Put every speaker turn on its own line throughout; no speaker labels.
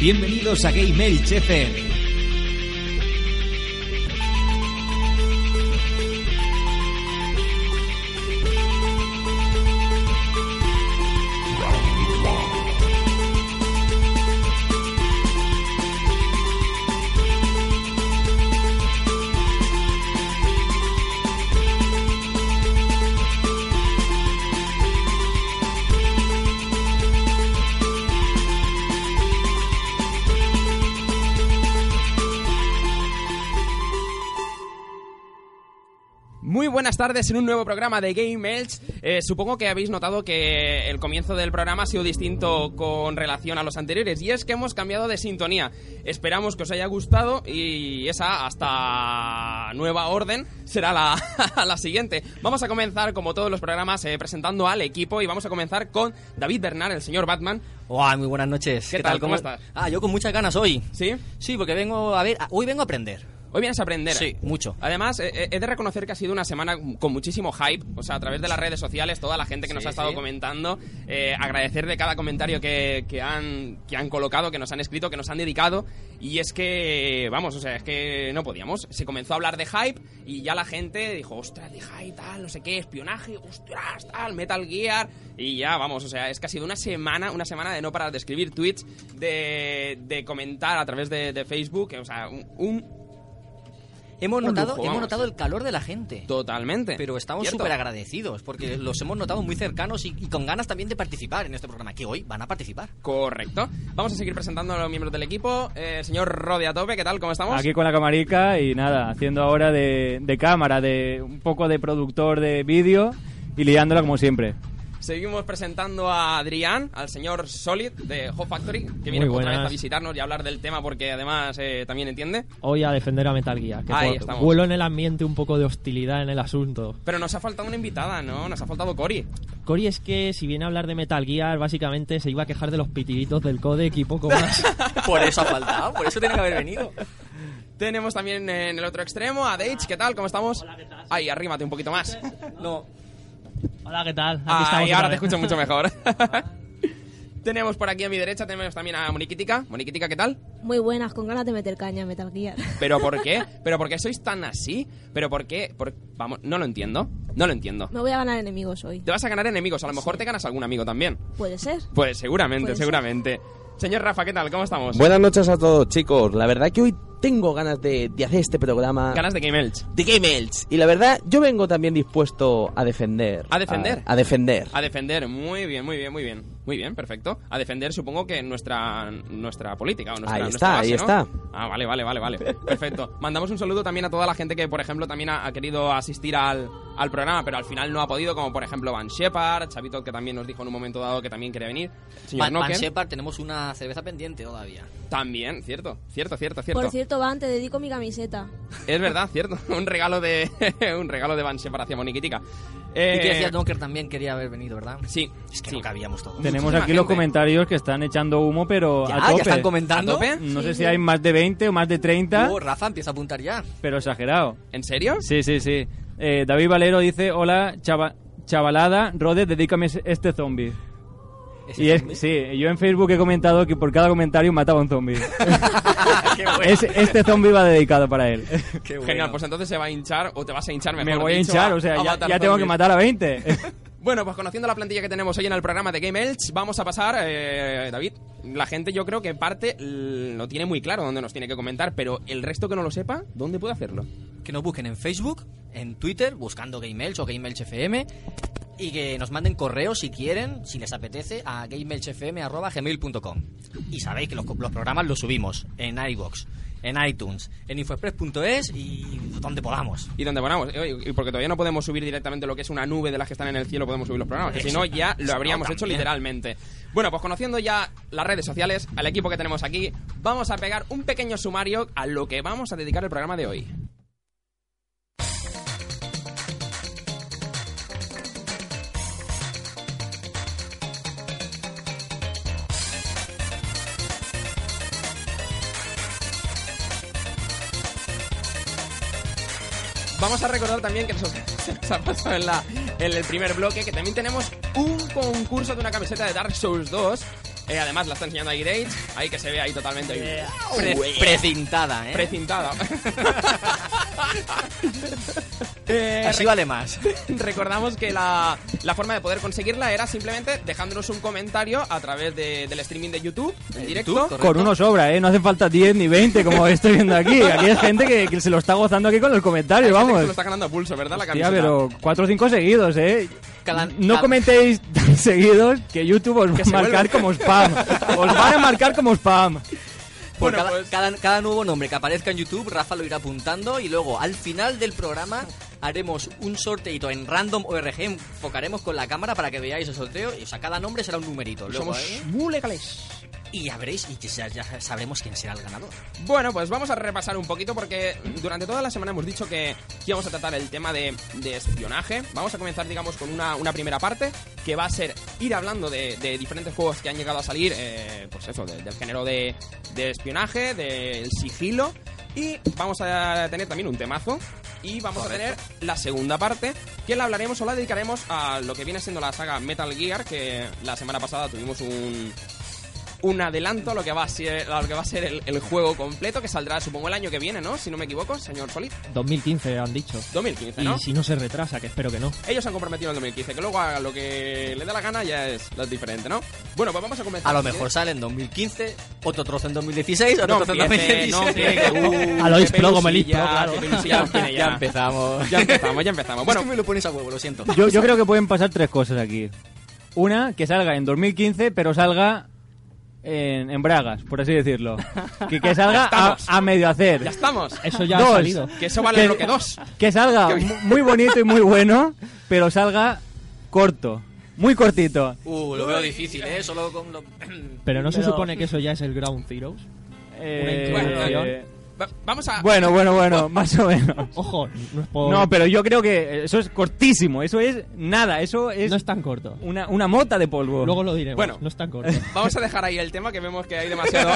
Bienvenidos a Game Elch FM.
Muy buenas tardes en un nuevo programa de Game Elch. Eh, supongo que habéis notado que el comienzo del programa ha sido distinto con relación a los anteriores y es que hemos cambiado de sintonía. Esperamos que os haya gustado y esa hasta nueva orden será la, la siguiente. Vamos a comenzar como todos los programas eh, presentando al equipo y vamos a comenzar con David Bernal, el señor Batman.
Hola, muy buenas noches.
¿Qué tal? ¿Cómo estás?
Ah, yo con muchas ganas hoy.
¿Sí?
Sí, porque vengo a ver, ah, hoy vengo a aprender.
Hoy vienes a aprender.
Sí, mucho.
Además, eh, eh, he de reconocer que ha sido una semana con muchísimo hype, o sea, a través de las redes sociales, toda la gente que nos
Sí,
ha estado
sí.
comentando, eh, agradecer de cada comentario que, que han, que han colocado, que nos han escrito, que nos han dedicado, y es que, vamos, o sea, es que no podíamos. Se comenzó a hablar de hype y ya la gente dijo, ostras, de hype, tal, no sé qué, espionaje, ostras, tal, Metal Gear, y ya, vamos, o sea, es que ha sido una semana, una semana de no parar de escribir tweets, de, de comentar a través de, de Facebook, o sea, un- un
Hemos
Un
notado,
lujo,
hemos
vamos.
notado el calor de la gente.
Totalmente.
Pero estamos
Cierto.
súper agradecidos porque los hemos notado muy cercanos y, y con ganas también de participar en este programa, que hoy van a participar.
Correcto. Vamos a seguir presentando a los miembros del equipo. Eh, señor Rode a tope, ¿qué tal? ¿Cómo estamos?
Aquí con la camarica y nada, haciendo ahora de, de cámara, de un poco de productor de vídeo y liándola como siempre.
Seguimos presentando a Adrián, al señor Solid de Hot Factory, que viene
Muy
otra vez
buenas.
a visitarnos y a hablar del tema porque además eh, también entiende.
hoy a defender a Metal Gear. Que
Ahí
por-
estamos.
vuelo en el ambiente un poco de hostilidad en el asunto.
Pero nos ha faltado una invitada, ¿no? Nos ha faltado Cori.
Cory es que si viene a hablar de Metal Gear, básicamente se iba a quejar de los pitiritos del codec y poco más.
Por eso ha faltado, por eso tiene que haber venido.
Tenemos también eh, en el otro extremo a Deitch, ¿qué tal? ¿Cómo estamos? Ahí, arrímate un poquito más.
No,
Hola, ¿qué tal? Aquí
Ahí,
estamos otra
ahora te
vez.
escucho mucho mejor. tenemos por aquí a mi derecha, tenemos también a Moniquitica. Moniquitica, ¿qué tal?
Muy buenas, con ganas de meter caña a Metal Gear.
¿Pero por qué? ¿Pero por qué sois tan así? ¿Pero por qué? Por- Vamos, no lo entiendo. No lo entiendo.
Me voy a ganar enemigos hoy.
Te vas a ganar enemigos. A lo mejor te ganas algún amigo también.
¿Puede ser?
Pues seguramente,
Puede ser.
seguramente. Señor Rafa, ¿qué tal? ¿Cómo estamos?
Buenas noches a todos, chicos. La verdad que hoy tengo ganas de, de hacer este programa
Ganas de Game Elch.
de Game Elch. Y la verdad, yo vengo también dispuesto a defender.
¿A defender?
A, a defender.
A defender. Muy bien, muy bien, muy bien. Muy bien, perfecto. A defender, supongo que nuestra nuestra política o nuestra,
Ahí
nuestra
está, ahí
base, ¿no?
está.
Ah, vale, vale, vale, vale. Perfecto. Mandamos un saludo también a toda la gente que, por ejemplo, también ha, ha querido asistir al, al programa, pero al final no ha podido, como por ejemplo Van Shepard, Chavito, que también nos dijo en un momento dado que también quería venir. Señor
Pan, Pan
Noken.
Shepard, tenemos una cerveza pendiente todavía.
También, cierto, cierto, cierto,
Por
cierto.
cierto, Van, te dedico mi camiseta.
Es verdad, cierto. Un regalo de un regalo de Van Shepard hacia Moniquitica.
Y
Eh,
que decías, Donker también quería haber venido, ¿verdad?
Sí,
Es que
sí.
no cabíamos todos.
Tenemos
Muchísima
aquí los
gente.
comentarios que están echando humo, pero
Ya,
a tope.
ya están
¿A
comentando.
tope?
No
Sí,
sé si
sí.
hay más de 20 o más de 30,
Uh, Rafa, empieza a apuntar ya.
pero exagerado.
¿En serio?
Sí, sí, sí. Eh, David Valero dice, hola, chava- chavalada, Rode, dedícame ese- este zombie.
Ese
Y es,
este zombie.
sí, yo en Facebook he comentado que por cada comentario mataba un zombie.
Qué bueno,
Es- este zombie va dedicado para él.
qué bueno.
Genial, pues entonces se va a hinchar o te vas a hinchar mejor.
Me voy a
dicho,
hinchar, o sea, ya,
matar
ya tengo que
zombies.
matar a 20.
Bueno, pues conociendo la plantilla que tenemos hoy en el programa de Game Elch, vamos a pasar, eh, David. La gente yo creo que parte l- lo tiene muy claro dónde nos tiene que comentar, pero el resto que no lo sepa, ¿dónde puede hacerlo?
que nos busquen en Facebook, en Twitter, buscando GameElch o GameElch FM. y que nos manden correos si quieren, si les apetece, a gmail.com Y sabéis que los, los programas los subimos en iVoox, en iTunes, en infoexpress.es y donde podamos.
Y donde ponamos, eh, y porque todavía no podemos subir directamente lo que es una nube de las que están en el cielo, podemos subir los programas, que si no ya lo
Eso
habríamos hecho
también.
literalmente. Bueno, pues conociendo ya las redes sociales, al equipo que tenemos aquí, vamos a pegar un pequeño sumario a lo que vamos a dedicar el programa de hoy. Vamos a recordar también que nos, se nos ha pasado en, la- en el primer bloque que también tenemos un concurso de una camiseta de Dark Souls 2. Eh, además la está enseñando ahí Dage, ahí que se ve ahí totalmente ahí, pre-
Pre- precintada, ¿eh?
precintada.
Así vale más.
Recordamos que la, la forma de poder conseguirla era simplemente dejándonos un comentario a través de- del streaming de YouTube, en directo.
YouTube, correcto.
Con uno sobra, ¿eh? No hace falta 10 ni 20, como estoy viendo aquí. Aquí hay gente que, que se lo está gozando aquí con los
Hay
comentarios,
gente que
vamos.
se lo está ganando a pulso, ¿verdad? La
Tía,
camiseta.
pero 4 o 5 seguidos, ¿eh?
Cala-
No
cala-
comentéis tan seguidos que YouTube os va
se
a marcar
vuelve.
como spam. Os van a marcar como spam.
Por
Bueno,
cada,
pues-
cada- cada nuevo nombre que aparezca en YouTube, Rafa lo irá apuntando y luego al final del programa haremos un sorteito en random ORG, enfocaremos con la cámara para que veáis el sorteo y o sea, cada nombre será un numerito. Luego,
Somos
¿eh?
muy legales.
Y ya veréis y que ya, ya sabremos quién será el ganador.
Bueno, pues vamos a repasar un poquito porque durante toda la semana hemos dicho que íbamos a tratar el tema de, de espionaje. Vamos a comenzar, digamos, con una, una primera parte que va a ser ir hablando de, de diferentes juegos que han llegado a salir, eh, pues eso, de- del género de, de espionaje, del sigilo. Y vamos a tener también un temazo. Y vamos a tener la segunda parte, que la hablaremos o la dedicaremos a lo que viene siendo la saga Metal Gear, que la semana pasada tuvimos un, un adelanto a lo que va a ser, a lo que va a ser el, el juego completo, que saldrá supongo el año que viene, ¿no? Si no me equivoco, señor Solís.
2015 han dicho.
2015,
Y
¿no?
si no se retrasa, que espero que no.
Ellos han comprometido el 2015, que luego haga lo que le da la gana ya es, es diferente, ¿no? Bueno, pues vamos a comenzar.
A lo mejor sale en 2015, otro trozo en 2016, otro
No
trozo en
empiece,
2016.
no empiece. Uh,
A lo
qué
Is Pro como el Is Pro,
pelusilla,
claro.
qué pelusilla nos tiene ya.
empezamos.
Ya empezamos, ya empezamos.
Bueno,
Bueno,
es que me lo pones a huevo, lo siento.
Yo, yo creo que pueden pasar tres cosas aquí. Una, que salga en 2015, pero salga en, en Bragas, por así decirlo. Que, que salga a,
estamos.
a medio hacer.
ya estamos.
Eso ya
Dos.
ha salido.
Que eso vale lo que dos.
Que salga mu- muy bonito y muy bueno, pero salga corto. Muy cortito.
Uh, lo veo difícil, ¿eh? Solo con lo...
Pero no se
Pero-
supone que eso ya es el Ground Zeroes.
Eh,
introducción.
eh,
Va- Vamos a...
bueno, bueno, bueno, más o menos.
Ojo, no es por-
No, pero yo creo que eso es cortísimo. Eso es nada. Eso es
no es tan corto.
una, una mota de polvo.
Luego lo diremos.
Bueno.
no es tan corto.
Vamos a dejar ahí el tema que vemos que hay demasiado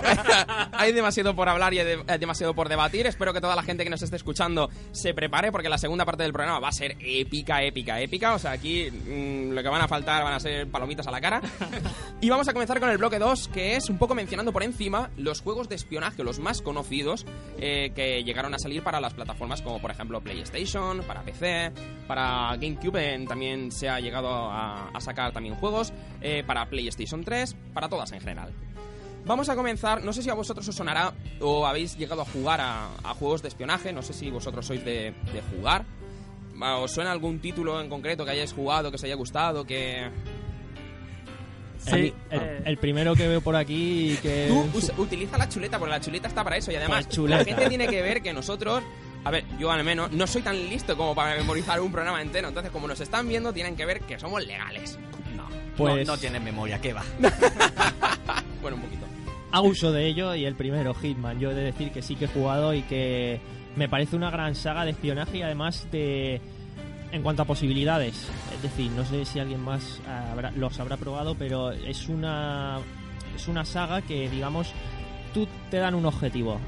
hay demasiado por hablar y hay de- hay demasiado por debatir. Espero que toda la gente que nos esté escuchando se prepare porque la segunda parte del programa va a ser épica, épica, épica. O sea, aquí mm, lo que van a faltar van a ser palomitas a la cara. Y vamos a comenzar con el bloque 2, que es un poco mencionando por encima los juegos de espionaje, los más conocidos eh, que llegaron a salir para las plataformas como por ejemplo PlayStation, para PC, para GameCube eh, también se ha llegado a, a sacar también juegos, eh, para PlayStation 3, para todas en general. Vamos a comenzar, no sé si a vosotros os sonará o habéis llegado a jugar a, a juegos de espionaje, no sé si vosotros sois de, de jugar. Ah, ¿Os suena algún título en concreto que hayáis jugado, que os haya gustado, que...
Sí,
El-
eh,
el, el primero que veo por aquí y que...
Tú usa- utiliza la chuleta, porque la chuleta está para eso. Y además,
Pues chuleta.
la gente tiene que ver que nosotros. A ver, yo al menos no soy tan listo como para memorizar un programa entero. Entonces, como nos están viendo, tienen que ver que somos legales.
No,
Pues-
no, no tienes memoria, ¿qué va?
Bueno, un poquito.
hago uso de ello y el primero, Hitman. Yo he de decir que sí que he jugado y que me parece una gran saga de espionaje y además de... En cuanto a posibilidades, es decir, no sé si alguien más habrá- los habrá probado, pero es una, es una saga que, digamos, tú te dan un objetivo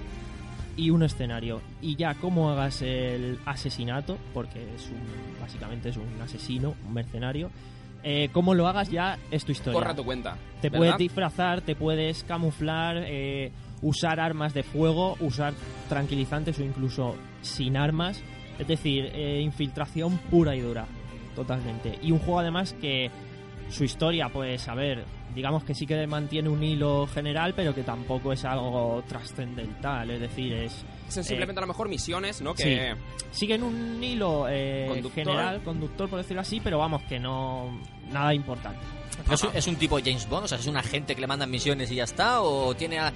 y un escenario. Y ya cómo hagas el asesinato, porque es un- básicamente es un asesino, un mercenario, eh, cómo lo hagas ya es tu historia.
Corra tu cuenta.
Te
¿verdad?
puedes disfrazar, te puedes camuflar, eh, usar armas de fuego, usar tranquilizantes o incluso sin armas. Es decir, eh, infiltración pura y dura, totalmente. Y un juego además que su historia, pues a ver, digamos que sí que mantiene un hilo general, pero que tampoco es algo trascendental. Es decir, es
son simplemente a lo mejor misiones, ¿no?
Sí.
Que
Siguen un hilo eh,
Conductor.
general, conductor, por decirlo así, pero vamos, que no. Nada importante.
Pero es, un- es un tipo James Bond, o sea, es un agente que le mandan misiones y ya está, o tiene ah,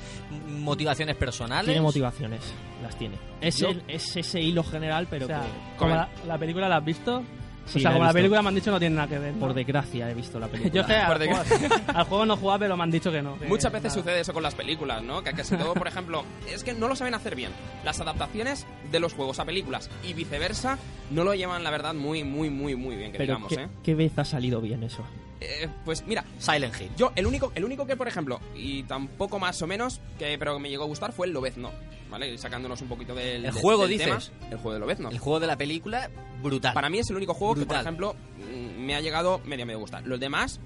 motivaciones personales.
Tiene motivaciones, las tiene. Es,
Yo-
el- es ese hilo general, pero
O sea,
que.
como
Comen-
la, la película la has visto,
Sí,
o sea,
la he
como la
visto.
película me han dicho no tiene nada que ver. ¿no?
Por desgracia he visto la película.
Yo es que al,
Por de-
juego, al juego no jugaba, pero me han dicho que no. que
Muchas veces
nada.
sucede eso con las películas, ¿no? Que casi todo, por ejemplo, es que no lo saben hacer bien. Las adaptaciones de los juegos a películas y viceversa no lo llevan, la verdad, muy, muy, muy, muy bien, que
pero
digamos,
¿qué,
¿eh?
qué vez ha salido bien eso?
Eh, Pues mira,
Silent Hill.
yo el único, el único que, por ejemplo, y tampoco más o menos, que pero que me llegó a gustar fue el Lobezno, ¿vale? Y Sacándonos un poquito del,
¿El
del-
juego,
del
dices?
tema, el juego de Lobezno.
El juego de la película, brutal.
Para mí es el único juego que, por
Brutal.
ejemplo, mm, me ha llegado medio me gusta. Los demás,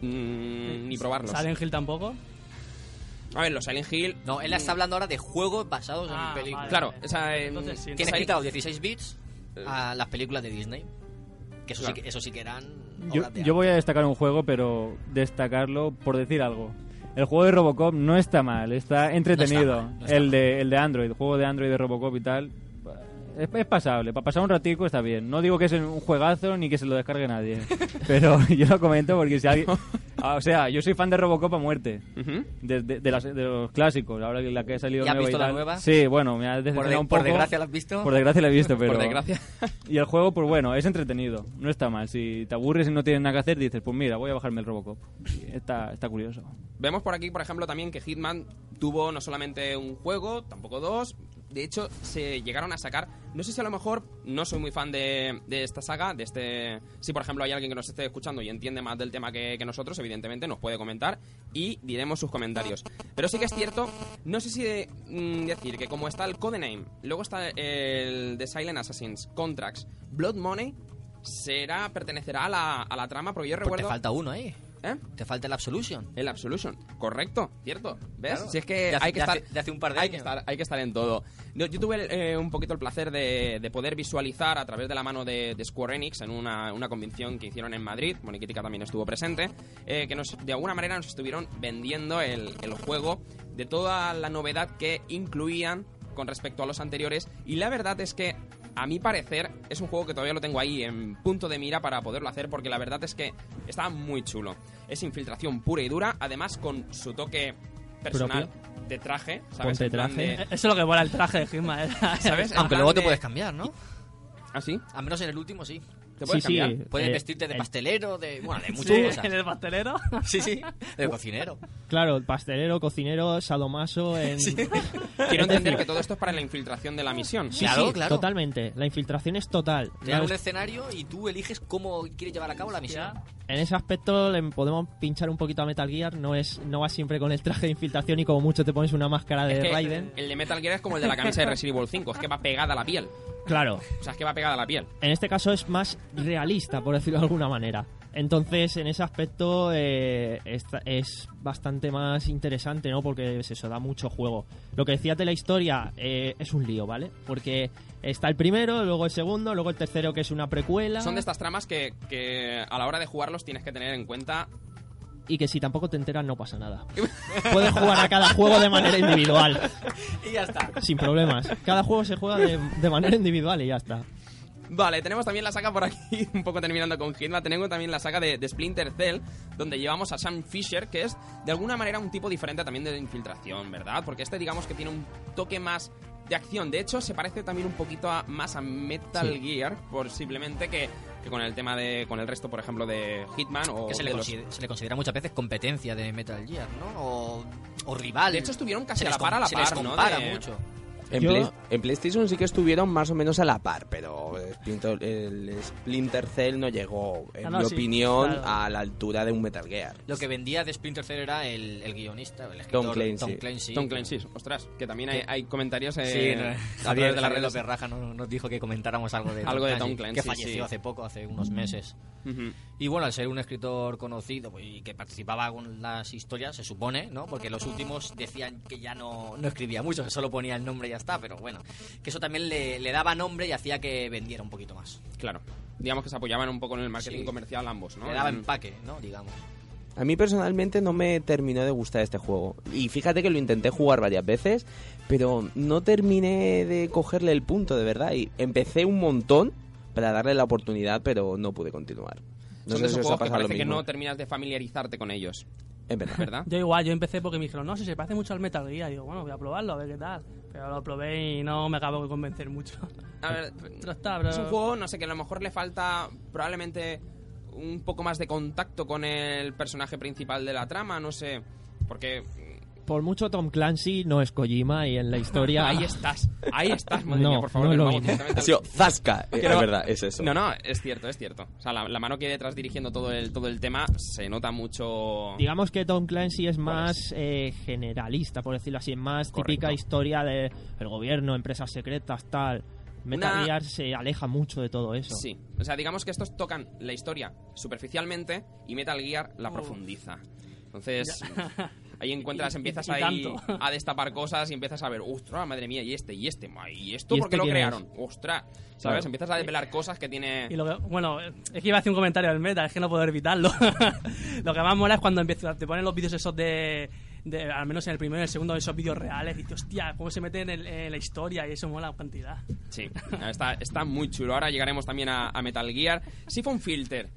mm, ni probarlos.
Silent Hill tampoco.
A ver, los Silent Hill,
No, eh, él está hablando ahora de juegos basados
Mm. Ah,
en
vale.
películas.
claro, o sea, eh,
Entonces sí,
Tienes
Silent-
quitado 16 bits a las películas de Disney. Que eso,
Claro.
sí, que, eso sí que eran.
Yo,
obras de
yo
arte.
voy a destacar un juego, pero destacarlo por decir algo. El juego de Robocop no está mal, está entretenido.
mal, no está
el,
mal.
de, el de Android, el juego de Android de Robocop y tal, es, es pasable. Para pasar un ratico está bien. No digo que es un juegazo ni que se lo descargue nadie. pero yo lo comento porque si alguien... Ah, O sea, yo soy fan de Robocop a muerte.
Ujú.
De, de- de las- de los clásicos, ahora que la que ha salido
¿Y has
nueva
visto
y
la
tal.
nueva?
Sí, bueno, me ha
Por,
decepcionado
de-
un
por
poco.
desgracia, ¿lo has visto?
Por desgracia la he visto, pero...
por desgracia.
Y el juego, pues bueno, es entretenido, no está mal. Si te aburres y no tienes nada que hacer, dices, pues mira, voy a bajarme el Robocop. Está, está curioso.
Vemos por aquí, por ejemplo, también que Hitman tuvo no solamente un juego, tampoco dos. De hecho, se llegaron a sacar. No sé si a lo mejor no soy muy fan de, de esta saga, de este. Si por ejemplo hay alguien que nos esté escuchando y entiende más del tema que, que nosotros, evidentemente nos puede comentar y diremos sus comentarios. Pero sí que es cierto, no sé si de- mm, decir que como está el Codename, luego está el de Silent Assassins, Contracts, Blood Money, será pertenecerá a la, a la trama, porque yo
Pues te
recuerdo.
falta uno ahí.
¿Eh?
Te falta el Absolution.
El Absolution, correcto, cierto. ¿Ves?
Claro.
Si es que
De hace-
hay que
de hace-
estar.
de hace un par de
hay que
años.
estar Hay que estar en todo. No, Yo tuve eh, un poquito el placer de, de poder visualizar a través de la mano de, de Square Enix en una, una convención que hicieron en Madrid. Moniquitica también estuvo presente. eh, que nos, de alguna manera nos estuvieron vendiendo el, el juego de toda la novedad que incluían con respecto a los anteriores. Y la verdad es que. A mi parecer es un juego que todavía lo tengo ahí en punto de mira para poderlo hacer porque la verdad es que está muy chulo. Es infiltración pura y dura, además con su toque personal de traje, ¿sabes?
Ponte
En plan
traje.
de-
Eh, Eso es lo que mola el traje de ¿eh? Hitman.
¿Sabes? En
Aunque
plan
luego te
de-
puedes cambiar, ¿no?
¿Ah, sí?
Al menos en el último sí.
¿Te puedes
sí,
cambiar?
sí.
Puedes
eh,
vestirte de
el-
pastelero, de. Bueno, de muchas
Sí,
cosas.
en el pastelero.
Sí, sí. De cocinero.
Claro, el pastelero, cocinero, sadomaso. En...
Quiero entender que todo esto es para la infiltración de la misión.
Sí,
Claro,
sí,
claro.
Totalmente. La infiltración es total.
Te dan un escenario y tú eliges cómo quieres llevar a cabo la misión.
En ese aspecto le podemos pinchar un poquito a Metal Gear. No es, no vas siempre con el traje de infiltración y como mucho te pones una máscara de
Es que
eh, Raiden.
El de Metal Gear es como el de la camisa de Resident Evil 5, es que va pegada a la piel.
Claro.
O sea, es que va pegada a la piel.
En este caso es más realista, por decirlo de alguna manera. Entonces, en ese aspecto eh, esta- es bastante más interesante, ¿no? Porque es eso, da mucho juego. Lo que decías de la historia eh, es un lío, ¿vale? Porque está el primero, luego el segundo, luego el tercero que es una precuela.
Son de estas tramas que, que a la hora de jugarlos tienes que tener en cuenta.
Y que si tampoco te enteras no pasa nada. Puedes jugar a cada juego de manera individual.
Y ya está.
sin problemas. Cada juego se juega de, de manera individual y ya está.
Vale, tenemos también la saga por aquí, un poco terminando con Hitman, tenemos también la saga de, de Splinter Cell, donde llevamos a Sam Fisher, que es de alguna manera un tipo diferente también de infiltración, ¿verdad? Porque este digamos que tiene un toque más de acción, de hecho se parece también un poquito a, más a Metal Gear, posiblemente que, que con el tema de, con el resto, por ejemplo, de Hitman o...
Que se le,
de los-
consider- se le considera muchas veces competencia de Metal Gear, ¿no? O, o rival.
De hecho, estuvieron casi
Se
a la
les
par a
com-
la
se les
par, ¿no?
compara
De-
mucho.
En,
Yo-
Play- en PlayStation sí que estuvieron más o menos a la par, pero Splinter- el Splinter Cell no llegó, en
Ah, no,
mi
sí,
opinión,
claro.
a la altura de un Metal Gear.
Lo que vendía de Splinter Cell era el, el guionista, el escritor
Tom Clancy.
Clancy.
Tom Clancy, ostras, que también hay, hay comentarios eh,
Sí, no,
a
Javier
través de las
de la red
redes.
López Raja no- nos dijo que comentáramos algo de
Algo de Tom
que
Clancy,
falleció
sí.
hace poco, hace unos meses.
Ujú.
Y bueno, al ser un escritor conocido pues, y que participaba con las historias, se supone, ¿no? Porque los últimos decían que ya no, no escribía mucho, que solo ponía el nombre y ya está, pero bueno, que eso también le, le daba nombre y hacía que vendiera un poquito más.
Claro, digamos que se apoyaban un poco en el marketing
Sí.
comercial ambos, ¿no?
le daba
En-
empaque, ¿no? Digamos.
A mí personalmente no me terminó de gustar este juego. Y fíjate que lo intenté jugar varias veces, pero no terminé de cogerle el punto, de verdad. Y empecé un montón para darle la oportunidad, pero no pude continuar.
Son
No sé
de esos
si os
juegos
ha
que
pasado lo
parece que
mismo.
no terminas de familiarizarte con ellos,
Es verdad.
¿verdad?
Yo igual, yo empecé porque me dijeron, no, si se parece mucho al Metal Gear. Digo, bueno, voy a probarlo, a ver qué tal. Pero lo probé y no me acabo de convencer mucho.
A ver,
No está, bro.
es un juego, no sé, que a lo mejor le falta probablemente un poco más de contacto con el personaje principal de la trama, no sé. Porque
Por mucho Tom Clancy no es Kojima y en la historia...
ahí estás, ahí estás, madre
No,
mía, por favor,
no
que
lo
vamos
mismo.
directamente
Ha
al-
sido Zasca. Eh,
Pero-
es verdad, es eso.
No, no, es cierto, es cierto. O sea, la, la mano que hay detrás dirigiendo todo el, todo el tema se nota mucho...
Digamos que Tom Clancy es
¿Cuál
más eh, generalista, por decirlo así, es más típica
Correcto.
historia de el gobierno, empresas secretas, tal. Metal
Una-
Gear se aleja mucho de todo eso.
Sí, o sea, digamos que estos tocan la historia superficialmente y Metal Gear la
Uh.
profundiza. Entonces, ahí encuentras,
Y- y-
empiezas
y
ahí
tanto.
a destapar cosas y empiezas a ver, ostras, madre mía, y este, y este, ma, y esto,
¿Y
porque
este
lo
quién es?
crearon? Ostras, ¿sabes?
Claro.
Empiezas a desvelar cosas que tiene...
Y lo que- bueno, es que iba a hacer un comentario del meta, es que no puedo evitarlo. lo que más mola es cuando empiezas, te ponen los vídeos esos de, de- Al menos en el primero y el segundo, esos vídeos reales. Y dices, hostia, cómo se meten en, el- en la historia y eso mola cantidad.
Sí, está, está muy chulo. Ahora llegaremos también a, a Metal Gear. Siphon Filter.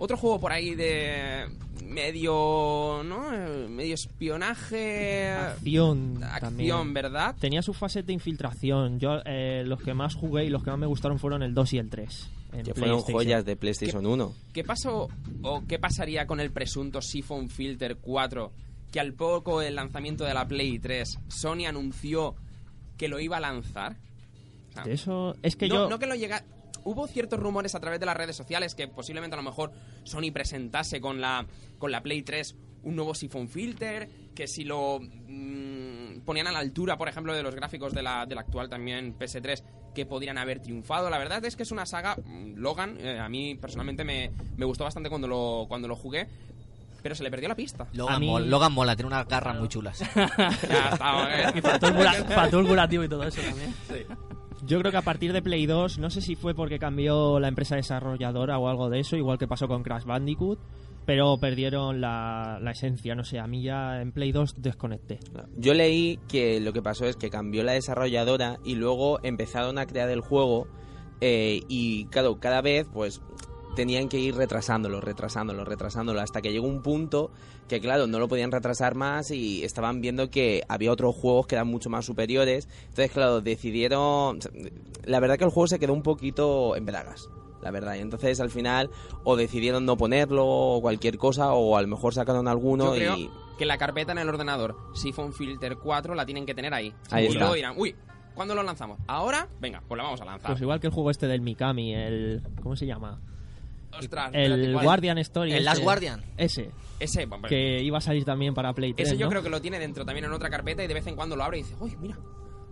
Otro juego por ahí de medio, ¿no? Eh, Medio espionaje,
Acción,
acción,
también.
¿verdad?
Tenía su fase de infiltración. Yo eh, los que más jugué y los que más me gustaron fueron el 2 y el 3. en
Que fueron
PlayStation.
joyas de PlayStation 1.
¿Qué pasó o qué pasaría con el presunto Siphon Filter 4 que al poco del lanzamiento de la Play 3 Sony anunció que lo iba a lanzar? O sea,
De eso es que
no,
yo
no que lo llega. Hubo ciertos rumores a través de las redes sociales que posiblemente a lo mejor Sony presentase con la con la Play 3 un nuevo Siphon Filter, que si lo mm, ponían a la altura, por ejemplo, de los gráficos de la, de la actual también PS3, que podrían haber triunfado. La verdad es que es una saga, mm, Logan, eh, a mí personalmente me, me gustó bastante cuando lo, cuando lo jugué, pero se le perdió la pista.
A
Logan,
mí-
mola, Logan mola, tiene unas garras muy chulas.
Ya está,
Y
eh.
factor, cura- factor curativo y todo eso también.
Yo creo que a partir de Play 2, no sé si fue porque cambió la empresa desarrolladora o algo de eso, igual que pasó con Crash Bandicoot, pero perdieron la, la esencia, no sé, a mí ya en Play 2 desconecté.
Yo leí que lo que pasó es que cambió la desarrolladora y luego empezaron a crear el juego eh, y claro, cada vez pues tenían que ir retrasándolo, retrasándolo, retrasándolo hasta que llegó un punto que claro, no lo podían retrasar más y estaban viendo que había otros juegos que eran mucho más superiores. Entonces claro, decidieron... La verdad que el juego se quedó un poquito en bragas. La verdad, y entonces al final o decidieron no ponerlo o cualquier cosa, o a lo mejor sacaron
Yo
alguno
creo
y
que la carpeta en el ordenador Siphon Filter 4 la tienen que tener ahí.
Ahí
y
está.
luego dirán, uy, ¿cuándo lo lanzamos? ¿Ahora? Venga, pues la vamos a lanzar.
Pues igual que el juego este del Mikami, el... ¿cómo se llama?
Ostras, espérate,
El
¿cuál?
Guardian Story.
¿El
este.
Last Guardian?
Ese,
Ese, bueno, pero-
que iba a salir también para Play 3,
ese yo
¿no?
creo que lo tiene dentro también en otra carpeta y de vez en cuando lo abre y dice, uy, mira.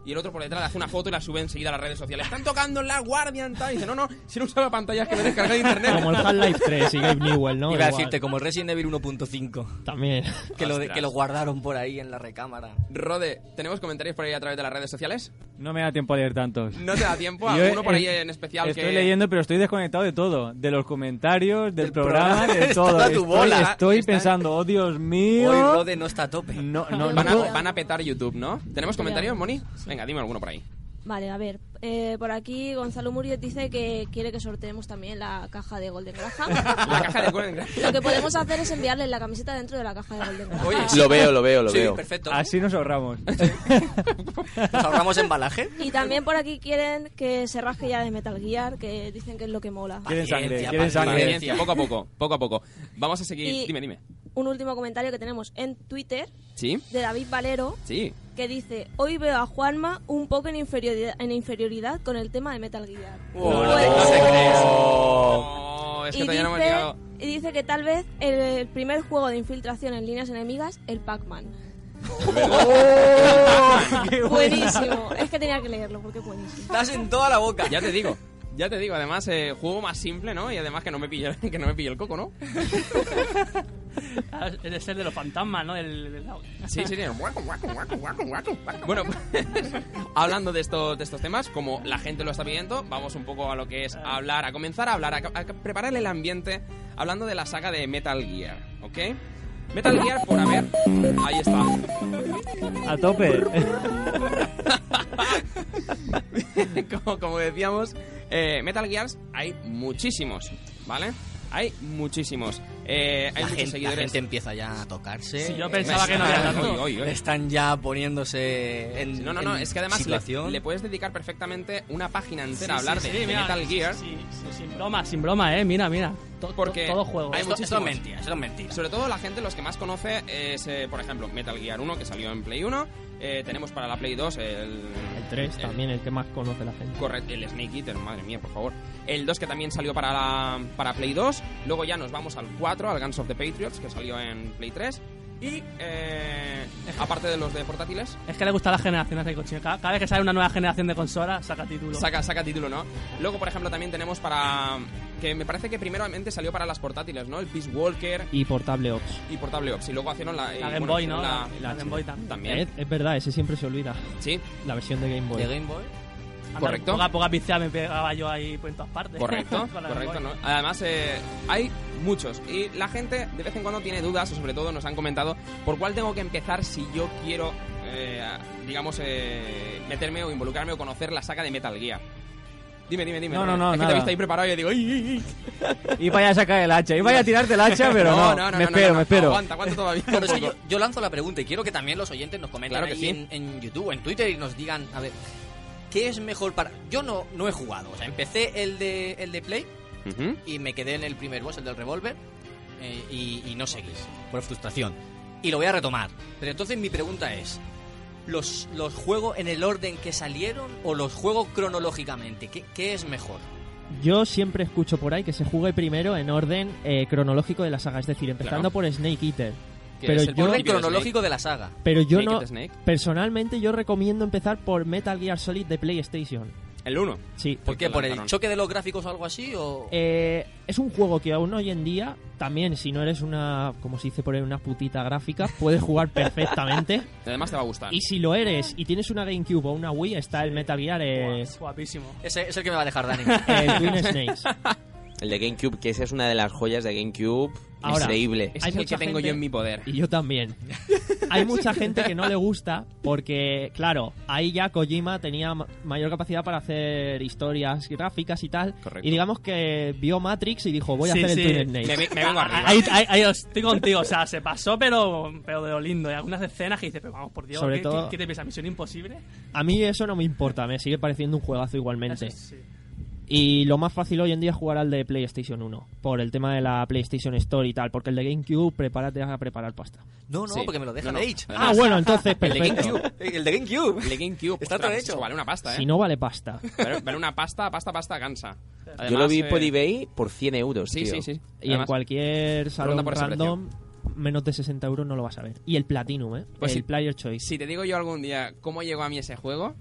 Y el otro por detrás le hace una foto y la sube enseguida a las redes sociales. Están tocando en la Guardian, tal. Y dice, no, no, si no usaba pantallas que me descargué de internet.
Como el Half-Life 3 y Gabe Newell, ¿no?
Iba a
Igual,
decirte, como el Resident Evil 1.5,
También.
que lo, de-
Ostras.
que lo guardaron por ahí en la recámara.
Rode, ¿tenemos comentarios por ahí a través de las redes sociales?
No me da tiempo a leer tantos.
No te da tiempo,
Yo,
alguno por
eh,
ahí en especial
Estoy
que...
leyendo, pero estoy desconectado de todo. De los comentarios, del,
Del
programa,
programa.
de todo.
Está a tu
Estoy,
bola.
estoy
Está-
pensando, oh Dios mío.
Hoy Rode no está a tope.
No, no,
Van
no.
a, van a petar YouTube, ¿no? ¿Tenemos comentarios, Moni? Venga, dime alguno por ahí.
Vale, a ver. eh, por aquí Gonzalo Muriel dice que quiere que sorteemos también la caja de Golden Graham.
La caja de Golden Graham.
Lo que Ah. podemos hacer es enviarle la camiseta dentro de la caja de Golden Graham.
Oye,
Lo veo, lo veo, lo
sí,
veo.
perfecto.
Así nos ahorramos.
¿Nos ahorramos embalaje?
Y también por aquí quieren que se rasque ya de Metal Gear, que dicen que es lo que mola.
quieren sangre,
Paciencia,
quieren sangre.
Paciencia, poco a poco, poco a poco. Vamos a seguir.
Y-
Dime, dime.
Un último comentario que tenemos en Twitter
¿Sí?
de David Valero,
Sí.
que dice, hoy veo a Juanma un poco en inferioridad, en inferioridad con el tema de Metal Gear.
No,
Pues-
te- no te creas.
Oh, es que
y,
todavía no
dice,
hemos llegado.
y dice que tal vez el, el primer juego de infiltración en líneas enemigas, el Pac-Man. buenísimo. Es que tenía que leerlo porque es buenísimo.
Estás en toda la boca.
Ya te digo. Ya te digo, además, eh, juego más simple, ¿no? Y además que no me pille, que no me pille el coco, ¿no?
Ah, Es el de los fantasmas, ¿no? El, el-
Sí, señor. Bueno, pues, hablando de, esto- de estos temas, como la gente lo está pidiendo, vamos un poco a lo que es a hablar, a comenzar a hablar, a, a preparar el ambiente, hablando de la saga de Metal Gear, ¿ok? Metal Gear, por haber. Ahí está.
A tope.
como, como decíamos, eh, Metal Gears hay muchísimos, ¿vale? Hay muchísimos. Eh, hay
la,
muchos
gente, la
seguidores.
gente empieza ya a tocarse.
Sí, yo pensaba que no había tanto.
Oy, oy, oy.
Están ya poniéndose en.
No, no, no,
en
es que además le,
situación.
le puedes dedicar perfectamente una página entera a
Sí,
hablar
sí,
de,
sí,
de
mira,
Metal Gear.
sí, sí, sin broma, sin broma, eh. Mira, mira. To- to-
Porque
todo juego.
hay
Esto- esto
muchísimos.
es mentira, esto es mentira.
Sobre todo la gente los que más conoce es, eh, por ejemplo, Metal Gear 1 que salió en Play 1. eh, tenemos para la Play 2 el...
El 3 también, el que más conoce la gente.
Correcto, el Snake Eater, madre mía, por favor. El 2 que también salió para, la- para Play 2. Luego ya nos vamos al 4, al Guns of the Patriots, que salió en Play 3. Y eh, aparte de los de portátiles,
Es que le gustan las generaciones de coche. Cada, cada vez que sale una nueva generación de consolas, saca título.
saca, saca título, ¿no? Luego, por ejemplo, también tenemos para... Que me parece que primeramente salió para las portátiles, ¿no? El Peace Walker
Y Portable Ops.
y Portable Ops. Y luego hicieron la... y,
la Game
Eh, bueno,
Boy,
hicieron
¿no? La,
la-
la Game Boy también.
también.
Eh, Es verdad, ese siempre se olvida.
Sí,
La versión de Game Boy.
¿De Game Boy?
Anda,
Correcto.
Poca, poca pizza me pegaba yo ahí por en todas partes.
Correcto,
Con la
correcto.
Game
¿no?
Boy.
Además, eh, hay muchos. Y la gente de vez en cuando tiene dudas, o sobre todo nos han comentado por cuál tengo que empezar si yo quiero, eh, digamos, eh, meterme o involucrarme o conocer la saga de Metal Gear. Dime, dime, dime.
No, no,
Rubén. Es
no,
que te
nada.
viste ahí preparado y yo digo, "Ay, ay, ay".
Y vaya a sacar el hacha. Y vaya a tirarte el hacha, pero no. me espero,
no, no.
me espero.
Aguanta, aguanta todavía. un
Pero es que
poco.
yo, yo lanzo la pregunta y quiero que también los oyentes nos comenten
Claro que
ahí
sí.
en, en YouTube, en Twitter y nos digan, a ver, ¿qué es mejor para...? Yo no, no he jugado, o sea, empecé el de, el de Play
Ujú.
y me quedé en el primer boss, el del revólver, eh, y, y no seguí, por frustración. Y lo voy a retomar. Pero entonces mi pregunta es, ¿los, los juego en el orden que salieron o los juego cronológicamente? ¿Qué, qué es mejor?
Yo siempre escucho por ahí que se juegue primero en orden eh, cronológico de la saga, es decir, empezando
Claro.
por Snake Eater.
Que
Pero
es el
yo-
Orden
principio de
cronológico de la saga.
Pero yo
Snake
no.
at Snake.
Personalmente, yo recomiendo empezar por Metal Gear Solid de PlayStation.
Snake. El 1.
Sí.
¿Por qué?
que
¿Por el
lanzaron.
choque de los gráficos o algo así? O...
Eh, es un juego que aún hoy en día, también si no eres una, como se dice por ahí, una putita gráfica, puedes jugar perfectamente.
Además te va a gustar.
y si lo eres y tienes una GameCube o una Wii, está el Metal Gear, eh,
Guau, Guapísimo.
Ese es el que me va a dejar Dani.
el Twin Snakes.
El de GameCube, que esa es una de las joyas de GameCube.
Ahora,
increíble.
Ese
hay
es el que
mucha
tengo
gente-
yo en mi poder.
Y yo también. Hay mucha gente que no le gusta porque, claro, ahí ya Kojima tenía ma- mayor capacidad para hacer historias gráficas y tal.
Correcto.
Y digamos que vio Matrix y dijo, voy a
Sí,
hacer
sí.
el Twin
Me,
Snakes.
me- me vengo arriba.
Ahí, ahí- ahí os- estoy contigo, o sea, se pasó, pero, pero de lo lindo. Hay algunas escenas que dices, pero vamos, por Dios,
Sobre
¿qué,
todo-
qué- qué te piensas? ¿Misión imposible?
A mí eso no me importa, me sigue pareciendo un juegazo igualmente.
Eso sí.
Y lo más fácil hoy en día es jugar al de PlayStation 1, por el tema de la PlayStation Store y tal, porque el de GameCube, prepárate a preparar pasta.
No, no,
Sí.
porque me lo deja
No, no.
Rage.
Ah, bueno, entonces
El de
perfecto.
GameCube. El de GameCube.
El de GameCube.
Está todo
ostras,
hecho.
eso Vale una pasta, ¿eh?
Si no vale pasta.
Vale, vale una pasta, pasta, pasta, cansa.
Yo lo
Además,
vi por
eh,
eBay por 100 euros,
Sí,
tío.
sí, sí.
Y en
Además,
cualquier salón
por ese
random, menos de 60 euros no lo vas a ver. Y el Platinum, ¿eh?
Pues
el
sí.
Player Choice.
Si te digo yo algún día cómo llegó a mí ese juego,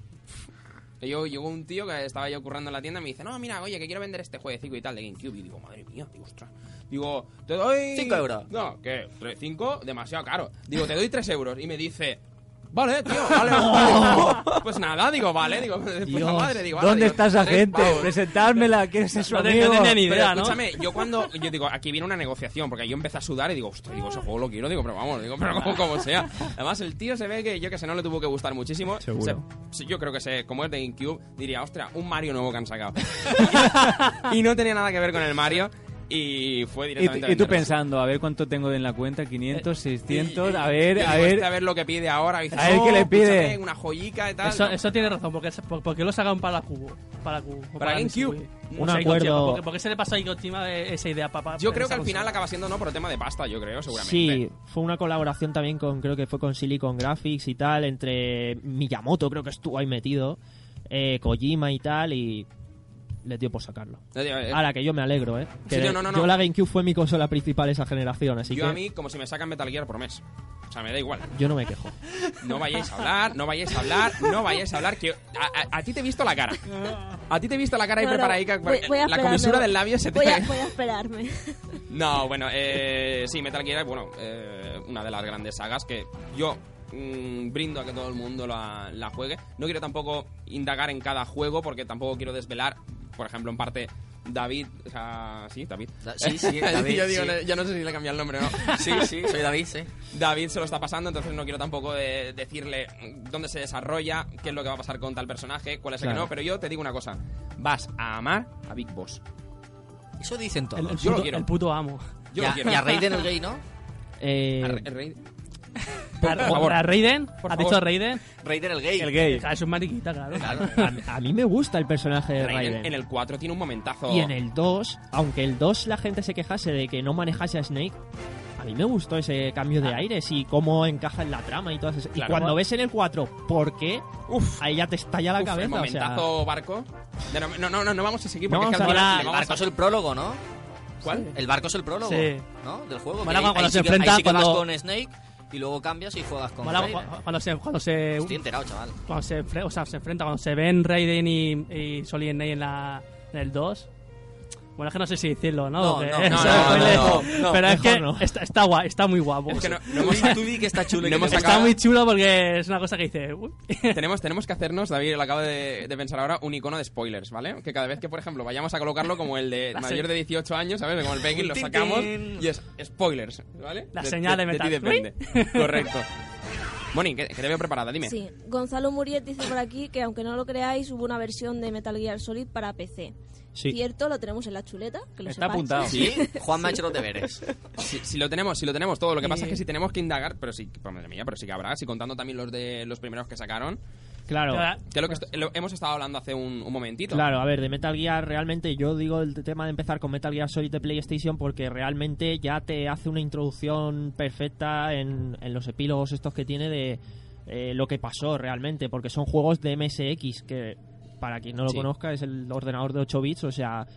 yo llegó un tío que estaba yo currando en la tienda y me dice, no, mira, oye, que quiero vender este jueguecito y tal de GameCube. Y digo, madre mía, digo, ostras. Digo, te doy...
Cinco euros.
No, que cinco, demasiado caro. Digo, te doy tres euros. Y me dice... Vale, tío, vale. vale". pues nada, digo, vale, digo, pues la
Dios,
madre, digo, ala,
¿Dónde
digo,
está esa
tres
gente?
pavos.
Presentármela, ¿quién es su
No, te- no
amigo?
tenía ni
Pero
idea, ¿no?
escúchame, yo cuando yo digo, aquí viene una negociación, porque yo empecé a sudar y digo, hostia, digo, ese juego lo quiero, digo, pero vamos, digo, pero como, como sea. Además, el tío se ve que yo que sé, no le tuvo que gustar muchísimo.
Seguro.
Se- sí, yo creo que sé, como es de GameCube, diría, ostras, un Mario nuevo que han sacado. y no tenía nada que ver con el Mario. Y fue
Y,
directamente.
tú- y tú
venderlo. Eh,
pensando, a ver cuánto tengo en la cuenta, 500,
Y-
600, a
y-
ver,
yo
a
digo,
ver.
este, a ver lo que pide ahora. y dice,
A ver
"No,
qué le pide".
escúchame, Una joyica y tal.
Eso,
No.
eso tiene razón, porque, es- por- porque lo sacan para la Cubo. Para, Cubo, o
Para
la
GameCube.
Wii.
Un
No sé,
acuerdo.
Kojima, ¿Por qué- por qué se le pasó a Kojima eh, esa idea? pa- pa-
Yo
para
creo que
esa
al final
consola?
acaba siendo no por tema de pasta, yo creo, seguramente.
Sí, fue una colaboración también con, creo que fue con Silicon Graphics y tal, entre Miyamoto, creo que estuvo ahí metido, eh, Kojima y tal, y le dio por sacarlo.
No, digo, eh,
Ahora que yo me alegro, ¿eh? Que
Sí, no, no, no,
yo
no.
la GameCube fue mi consola principal esa generación, así
Yo
que...
a mí, como si me sacan Metal Gear por mes. sea, me da igual.
Yo no me quejo.
No vayáis a hablar, no vayáis a hablar, no vayáis a hablar. Que a, a- a ti te he visto la cara. A ti te he visto la cara ahí
No, no,
preparadica.
voy- voy a
la
esperarme,
comisura
voy-
del labio se te
voy a, voy a esperarme.
No, bueno, eh, sí, Metal Gear es bueno, eh, una de las grandes sagas que yo mm, brindo a que todo el mundo la, la juegue. No quiero tampoco indagar en cada juego porque tampoco quiero desvelar, por ejemplo, en parte David, o sea, sí, David.
Da- sí, sí, David,
yo, digo,
sí.
no- yo no sé si le he cambiado el nombre o no.
Sí, sí, soy David, sí.
David se lo está pasando, entonces no quiero tampoco eh, decirle dónde se desarrolla, qué es lo que va a pasar con tal personaje, cuál es el que
Claro.
no, pero yo te digo una cosa, vas a amar a Big Boss.
Eso dicen
El, el
todos.
Yo lo
puto,
quiero.
el puto amo.
Yo
y,
lo
a,
quiero.
y a Raiden el gay, ¿no?
Eh,
A Re- Rey-
A-
favor.
¿A Raiden?
Por
¿Has
favor.
dicho Raiden?
Raiden el gay.
El gay.
Claro, es un mariquita, claro.
a mí me gusta el personaje de
Raiden
Raiden.
en el 4 tiene un momentazo.
Y en el 2, aunque el 2 la gente se quejase de que no manejase a Snake, a mí me gustó ese cambio de aires y cómo encaja en la trama y todas esas...
Claro.
Y cuando ves en el 4, ¿por qué? Ahí ya te estalla la
Uf, el
cabeza. o sea,
momentazo barco. De no, no, no, no, no vamos a seguir
No
porque es que al
vamos a
final le
hablar.
El
Ah, vamos
barco
a-
es el prólogo, ¿no?
¿Cuál?
El barco es el prólogo,
Sí.
¿no? Del juego.
Mola
que ahí-
cuando
ahí sí
se
que- ahí
enfrenta
sí que vas
cuando-
con Snake y luego cambias y juegas con
Mola
Raiden.
cu- cuando se, cuando se,
Estoy enterado, chaval.
cuando se, enfre- o sea, se enfrenta, cuando se ven Raiden y, y Sol y Snake en, la, en el 2. Bueno, es que no sé si decirlo, ¿no?
No, no,
Porque-
no,
o
no,
sea,
no,
huele-
no,
Pero es
mejor
que
no.
está, está guay, está muy guapo.
Es que no, no hemos,
Tú di que está chulo y
no
que
hemos
te
Está
acabado-
muy chulo porque es una cosa que dice... "Uy".
tenemos, tenemos que hacernos, David, lo acabo de, de pensar ahora, un icono de spoilers, ¿vale? Que cada vez que, por ejemplo, vayamos a colocarlo como el de
La
mayor
se-
de 18 años, ¿sabes? Como el Penguin, lo
Tin, tin.
sacamos y es spoilers, ¿vale?
La
De-
señal de
ti
metal.
depende. Correcto. Moni, que, que te veo preparada, dime.
Sí, Gonzalo Muriet dice por aquí que aunque no lo creáis, hubo una versión de Metal Gear Solid para PC.
Sí.
Cierto, lo tenemos en la chuleta, que lo
Está
sepáis.
apuntado.
¿Sí? Juan me ha hecho los deberes.
Si, si lo tenemos, si lo tenemos todo. Lo que pasa es que si tenemos que indagar, pero sí, pues, madre mía, pero sí que habrá, si contando también los de los primeros que sacaron,
Claro.
Ahora,
que es lo que est- lo- hemos estado hablando hace un, un momentito.
Claro, a ver, de Metal Gear realmente yo digo el tema de empezar con Metal Gear Solid de PlayStation porque realmente ya te hace una introducción perfecta en, en los epílogos estos que tiene de eh, lo que pasó realmente, porque son juegos de MSX que para quien no lo
Sí.
conozca es el ordenador de 8 bits, o sea,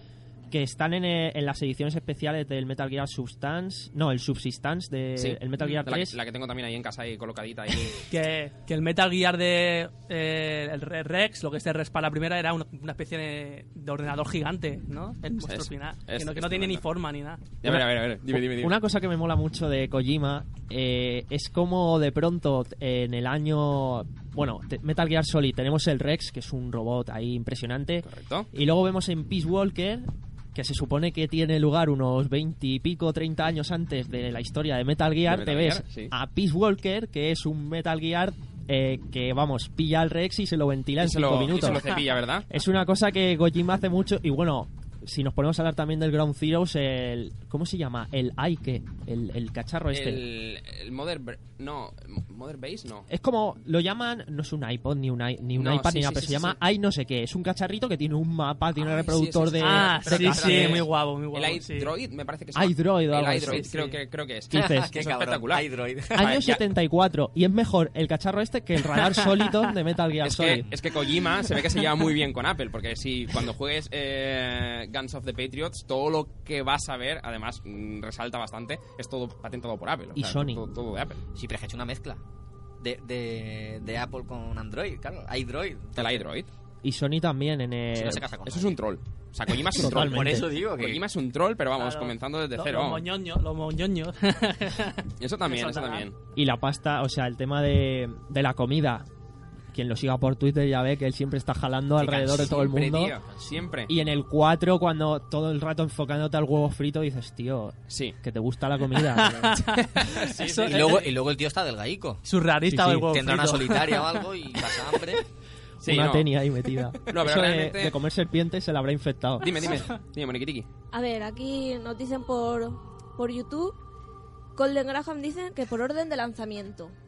que están en, eh, en las ediciones especiales del Metal Gear Substance, no, el Subsistance de
Sí.
el Metal Gear
De la, que-
3.
la que tengo también ahí en casa ahí colocadita ahí.
que, que el Metal Gear de eh, el Re- Rex, lo que es el Rex para la primera, era una, una especie de, de ordenador gigante, ¿no? El monstruo
es-
final.
es-
que no, que
es
no tiene ni
tremendo.
forma ni nada.
Ya, a ver, a ver, a ver. Dime, dime, dime.
Una cosa que me mola mucho de Kojima eh, es como de pronto eh, en el año. Bueno, te- Metal Gear Solid tenemos el Rex, que es un robot ahí impresionante.
Correcto.
Y luego vemos en Peace Walker, que se supone que tiene lugar unos 20 y pico, 30 años antes de la historia de Metal Gear.
De
te
Metal Gear,
ves
sí.
a Peace Walker, que es un Metal Gear eh, que, vamos, pilla al Rex y se lo ventila en
Y se, lo,
5
y se
minutos.
lo cepilla, ¿verdad?
Es una cosa que Kojima hace mucho y bueno, si nos ponemos a hablar también del Ground Zeroes, el ¿cómo se llama? El Aike, el, el cacharro este.
El, el Mother... Br- No, Mother Base no.
Es como lo llaman, no es un iPod ni un i- ni un
No,
iPad
sí,
ni nada,
sí,
pero
sí,
se
sí,
llama
sí.
i no sé qué, es un cacharrito que tiene un mapa, tiene un
Ay, sí, sí,
reproductor
sí,
de
ah,
de
sí, sí,
cassettes.
muy guapo, muy guapo.
El
sí.
iDroid me parece que se llama.
Ah, iDroid o algo
El
así.
iDroid,
Sí,
creo,
sí.
que, creo que es.
Dices,
Qué cabrón, espectacular.
iDroid.
Año
Ay, ya-
74 y es mejor el cacharro este que el radar sólido de Metal Gear
Es
Solid.
que, es que Kojima se ve que se lleva muy bien con Apple, porque si cuando juegues eh, Guns of the Patriots, todo lo que vas a ver, además mm, resalta bastante, es todo patentado por Apple. o
Y
sea,
Sony.
Todo, todo de Apple.
Sí, pero es que ha hecho una mezcla de, de, de Apple con Android, claro. iDroid.
El iDroid.
Y Sony también en el
Si
Eh,
no se casa con
Eh, Eso es un troll. O sea, Kojima es un troll.
Totalmente.
Por eso digo que.
Kojima es un troll, pero vamos,
Claro.
comenzando desde
Lo-
cero.
Los moñoños, los moñoños.
Eso también,
Eso
eso
también.
también.
y la pasta, o sea, el tema de, de la comida. Quien lo siga por Twitter ya ve que él siempre está jalando alrededor de todo el
Siempre,
mundo.
tío, siempre.
Y en el 4, cuando todo el rato enfocándote al huevo frito, dices, tío,
Sí.
que te gusta la comida.
Eso-
Y luego, y luego el tío está delgaico.
Surrealista
Sí,
o el
sí.
huevo
Tendrá una
frito.
solitaria o algo y pasa hambre.
Sí,
Una
no.
tenia ahí metida.
pero
Eso de-
realmente-
de, comer serpientes se la habrá infectado.
Dime, dime. Dime, Moniquitiqui.
A ver, aquí nos dicen por, por YouTube, Colden Graham dicen que por orden de lanzamiento.
Sí.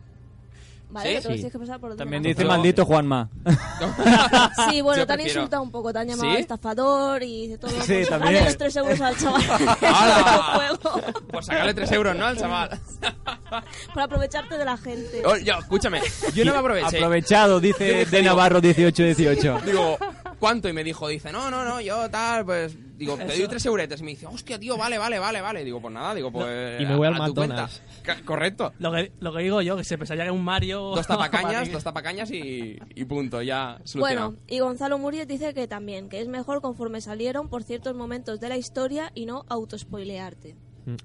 ¿Vale? Que te lo
Sí.
tienes que pasar por orden
También
de
dice
Yo-
maldito Juanma.
lanzamiento. Sí, bueno,
Yo
te han
prefiero-
insultado un poco, te han llamado
¿Sí?
estafador y todo.
Sí,
Pues,
también.
Dale los 3 euros al chaval.
¡Hala!
Por juego.
Por sacarle 3 euros, ¿no? Al chaval.
Para aprovecharte de la gente.
Oh, Yo, escúchame. Yo no me aproveché.
Aprovechado,
Yo
dice
dije,
de Navarro 1818.
Digo, cuánto y me dijo, dice, no, no, no, yo tal, pues digo, te doy
Eso.
tres euretes. Y me dice, hostia, tío, vale, vale, vale, vale. Digo, pues nada, digo, pues.
Y me voy al
tu cuenta".
McDonald's.
Ca- Correcto.
Lo que, lo que digo yo, que se pensaría que era un Mario.
Dos tapacañas,
Vale.
dos tapacañas y, y punto, ya solucionado.
Bueno, y Gonzalo Muriel dice que también, que es mejor conforme salieron por ciertos momentos de la historia y no autospoilearte.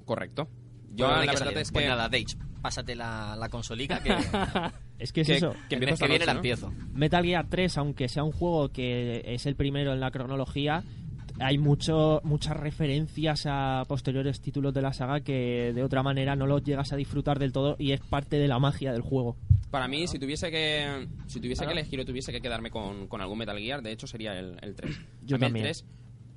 Correcto. Yo
Bueno, hay
la
que
verdad
salir.
es
Pues
que.
nada, Dage, pásate la, la consolica que
Es que es
que-
eso.
que empieza
el mes
esta
que viene
noche,
la
¿no?
empiezo.
Metal Gear 3, aunque sea un juego que es el primero en la cronología, hay mucho, muchas referencias a posteriores títulos de la saga que de otra manera no los llegas a disfrutar del todo y es parte de la magia del juego.
Para mí, si tuviese que si tuviese que elegir o tuviese que quedarme con, con algún Metal Gear, de hecho sería el, el 3.
Yo
A mí el
también.
3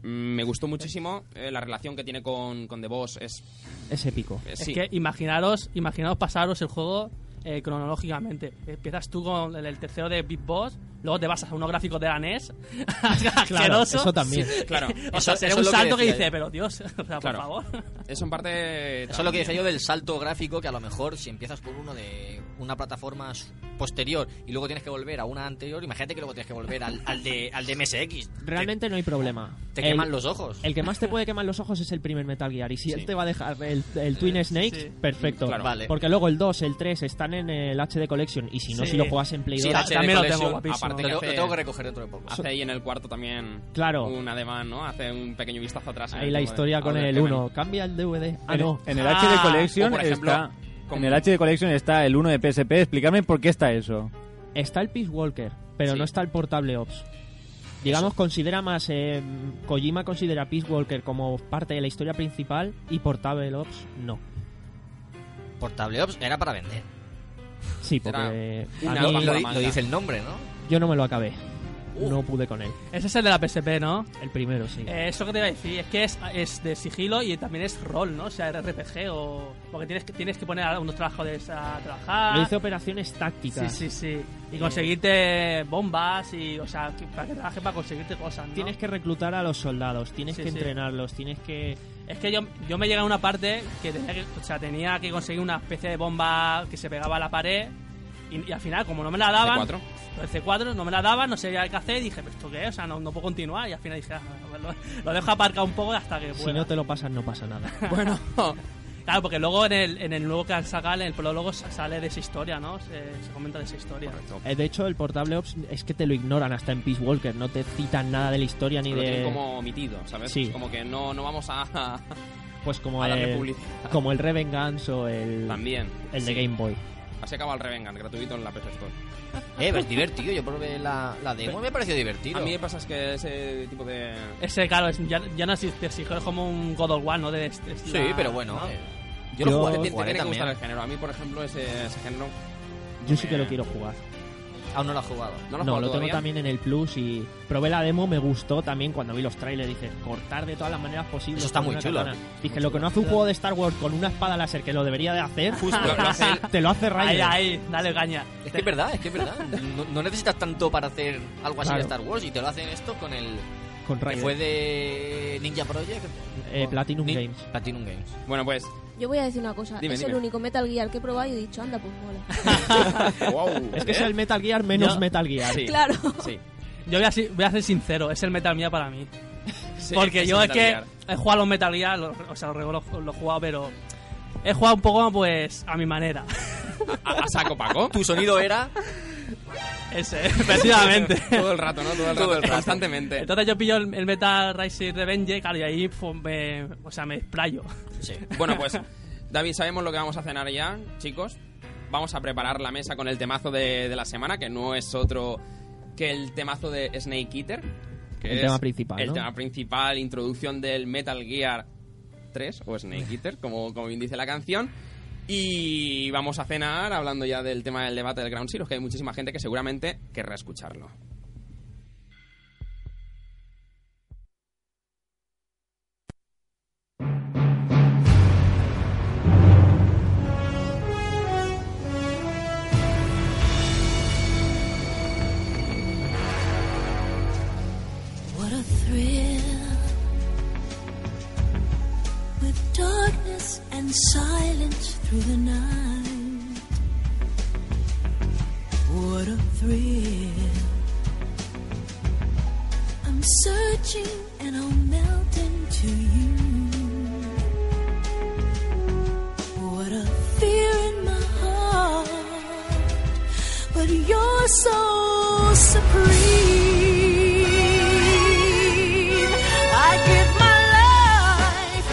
mm, me gustó muchísimo. eh, la relación que tiene con, con The Boss es...
Es épico.
eh,
Es
sí.
que imaginaros, imaginaros pasaros el juego eh, cronológicamente. Empiezas tú con el, el tercero de Big Boss, luego te vas a unos gráficos de la NES.
Claro,
asqueroso.
eso también.
Claro,
O
Eso-
sea, sería
eso
un
es lo que
salto que,
decía
dice,
yo.
pero Dios, o sea, por
Claro.
favor.
eso en parte...
Eso es lo que decía yo del salto gráfico, que a lo mejor si empiezas por uno de una plataforma s- posterior y luego tienes que volver a una anterior, imagínate que luego tienes que volver al, al de, al de MSX. Te-
Realmente no hay problema.
Te,
El-
queman los ojos.
El que más te puede quemar los ojos es el primer Metal Gear. Y si él te va a dejar el, el
Eh,
Twin Snakes,
sí.
perfecto.
Claro.
Vale.
Porque luego el 2, el 3 están en el HD Collection. Y si no,
Sí.
si lo juegas en Play
Sí,
2.
HD
también lo tengo
Collection.
guapísimo.
Aparte
Te
que
lo,
hace-
lo tengo que recoger dentro de poco.
Hace ahí en el cuarto también
Claro.
un ademán, ¿no? Hace un pequeño vistazo atrás. en
Ahí
el
la
tema de-
historia
a
con
ver,
el
qué
1. Cambia el DVD. Ah,
En,
no.
en el
Ah,
HD
o
Collection
por ejemplo,
está...
con-
En el HD Collection está el 1 de PSP. Explícame por qué está eso.
Está el Peace Walker, pero
Sí.
no está el Portable Ops. Digamos, considera más. eh, Kojima considera Peace Walker como parte de la historia principal y Portable Ops no.
Portable Ah, Ops era para vender.
Sí, porque.
Era
a
una
mí-
bajo
Lo,
la
di-
manga.
lo dice el nombre, ¿no?
yo no me lo acabé.
Uh.
No pude con él.
Ese es el de la PSP, ¿no?
El primero, sí.
Eh, eso que te iba a decir, es que es, es de sigilo y también es rol, ¿no? O sea, RPG o... Porque tienes que, tienes que poner a unos trabajadores a trabajar.
Lo hice Eh. operaciones tácticas.
Sí, sí, sí. Y conseguirte bombas y, o sea, que- para que trabajes para conseguirte cosas, ¿no?
Tienes que reclutar a los soldados, tienes
Sí,
que
sí.
entrenarlos, tienes que...
Es que yo, yo me llegué a una parte que tenía que, o sea, tenía que conseguir una especie de bomba que se pegaba a la pared y, y al final, como no me la daban...
C4.
El C4 este no me la daban, no sabía qué hacer y dije, ¿pero esto qué es? O sea, no, no puedo continuar y al final dije, "Ah, lo, lo dejo aparcado un poco hasta que pueda.
Si no te lo pasas, no pasa nada.
Bueno. Claro, porque luego en el, en el nuevo que han sacado, en el prólogo, sa- sale de esa historia, ¿no? Se, se comenta de esa historia.
Correcto.
Eh, de hecho, el portable Ops es que te lo ignoran hasta en Peace Walker, no te citan nada de la historia ni
Lo tienen
de...
como omitido, ¿sabes?
Sí.
Es Como que no, no vamos a, a
pues como
darle
el,
publicidad.
como el Revengeance o el,
También.
el de Game Boy.
Así acaba el Revengan, gratuito en la PC Store.
Eh, pero es divertido. Yo probé la, la demo y me pareció divertido.
A mí me pasa es que ese tipo de...
Ese, claro, es- ya, ya no existe, es hijo, es como un God of War, ¿no? De, este, es- es
Sí,
la-
pero bueno. eh,
Yo
Yo
lo
lo
jugué-
jugué,
te-
Tiene-
jugaré
tiene que
también.
gustar el género. A mí, por ejemplo, ese, ese género...
Yo sí que lo
Eh,
quiero jugar.
Aún no lo he jugado.
No lo,
No, lo
he jugado
tengo
todavía.
también en el Plus y probé la demo, me gustó también cuando vi los trailers. Dices, cortar de todas las maneras posibles.
Eso está
con
muy
una
chulo.
katana. Dije, lo que no hace un juego de Star Wars con una espada láser que lo debería de hacer,
Lo- lo hace él.
te lo hace
Ahí,
Raiden.
ahí, dale caña.
Es que es verdad, es que es verdad. No, no necesitas tanto para hacer algo así
Claro.
de Star Wars y te lo hacen esto con el,
Con
Que
Raiden.
fue de Ninja Project.
Eh, Platinum
Ni-
Games.
Platinum Games.
Bueno, pues...
Yo voy a decir una cosa,
Dime,
es el
dime.
único Metal Gear que he probado y he dicho, anda, pues mola.
wow.
Es que es el Metal Gear menos
Yo-
Metal Gear.
Sí.
claro.
Sí.
Yo voy a, ser- voy a ser sincero, es el Metal Gear para mí.
Sí,
Porque yo es
Metal
que
Gear.
he jugado a los Metal Gear, los- o sea, los regulos los he jugado, pero he jugado un poco, pues, a mi manera.
A, a saco Paco.
Tu sonido era.
Ese, efectivamente.
Todo el rato, ¿no? Todo el rato, constantemente.
Entonces yo pillo el, el Metal Rising Revenge, claro, y ahí pues, me, o sea, me explayo.
Sí.
Bueno, pues, David, sabemos lo que vamos a cenar ya, chicos. Vamos a preparar la mesa con el temazo de, de la semana, que no es otro que el temazo de Snake Eater. Que
El
es
tema principal,
El
¿no?
tema principal, introducción del Metal Gear 3, o Snake Eater, como, como bien dice la canción. Y vamos a cenar hablando ya del tema del debate del Ground Zero, que hay muchísima gente que seguramente querrá escucharlo.
What a thrill with darkness and silence through the night. What a thrill searching and I'll melt into you. What a fear in my heart, but you're so supreme. I give my life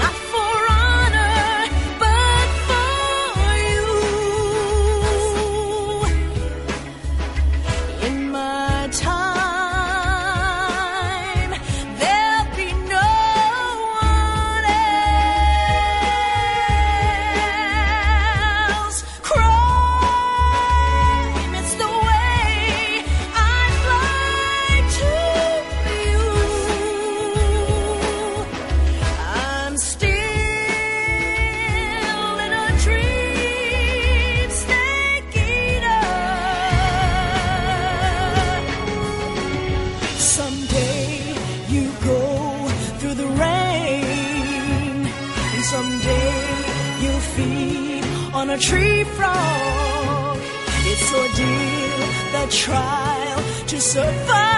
not for honor, but for you. In my time, there'll be no one else. Crime, it's the way I fly to you. I'm still in a dream snake eater. Someday you go through the rain, and someday you'll feed on a tree frog. It's ordeal, the trial to survive.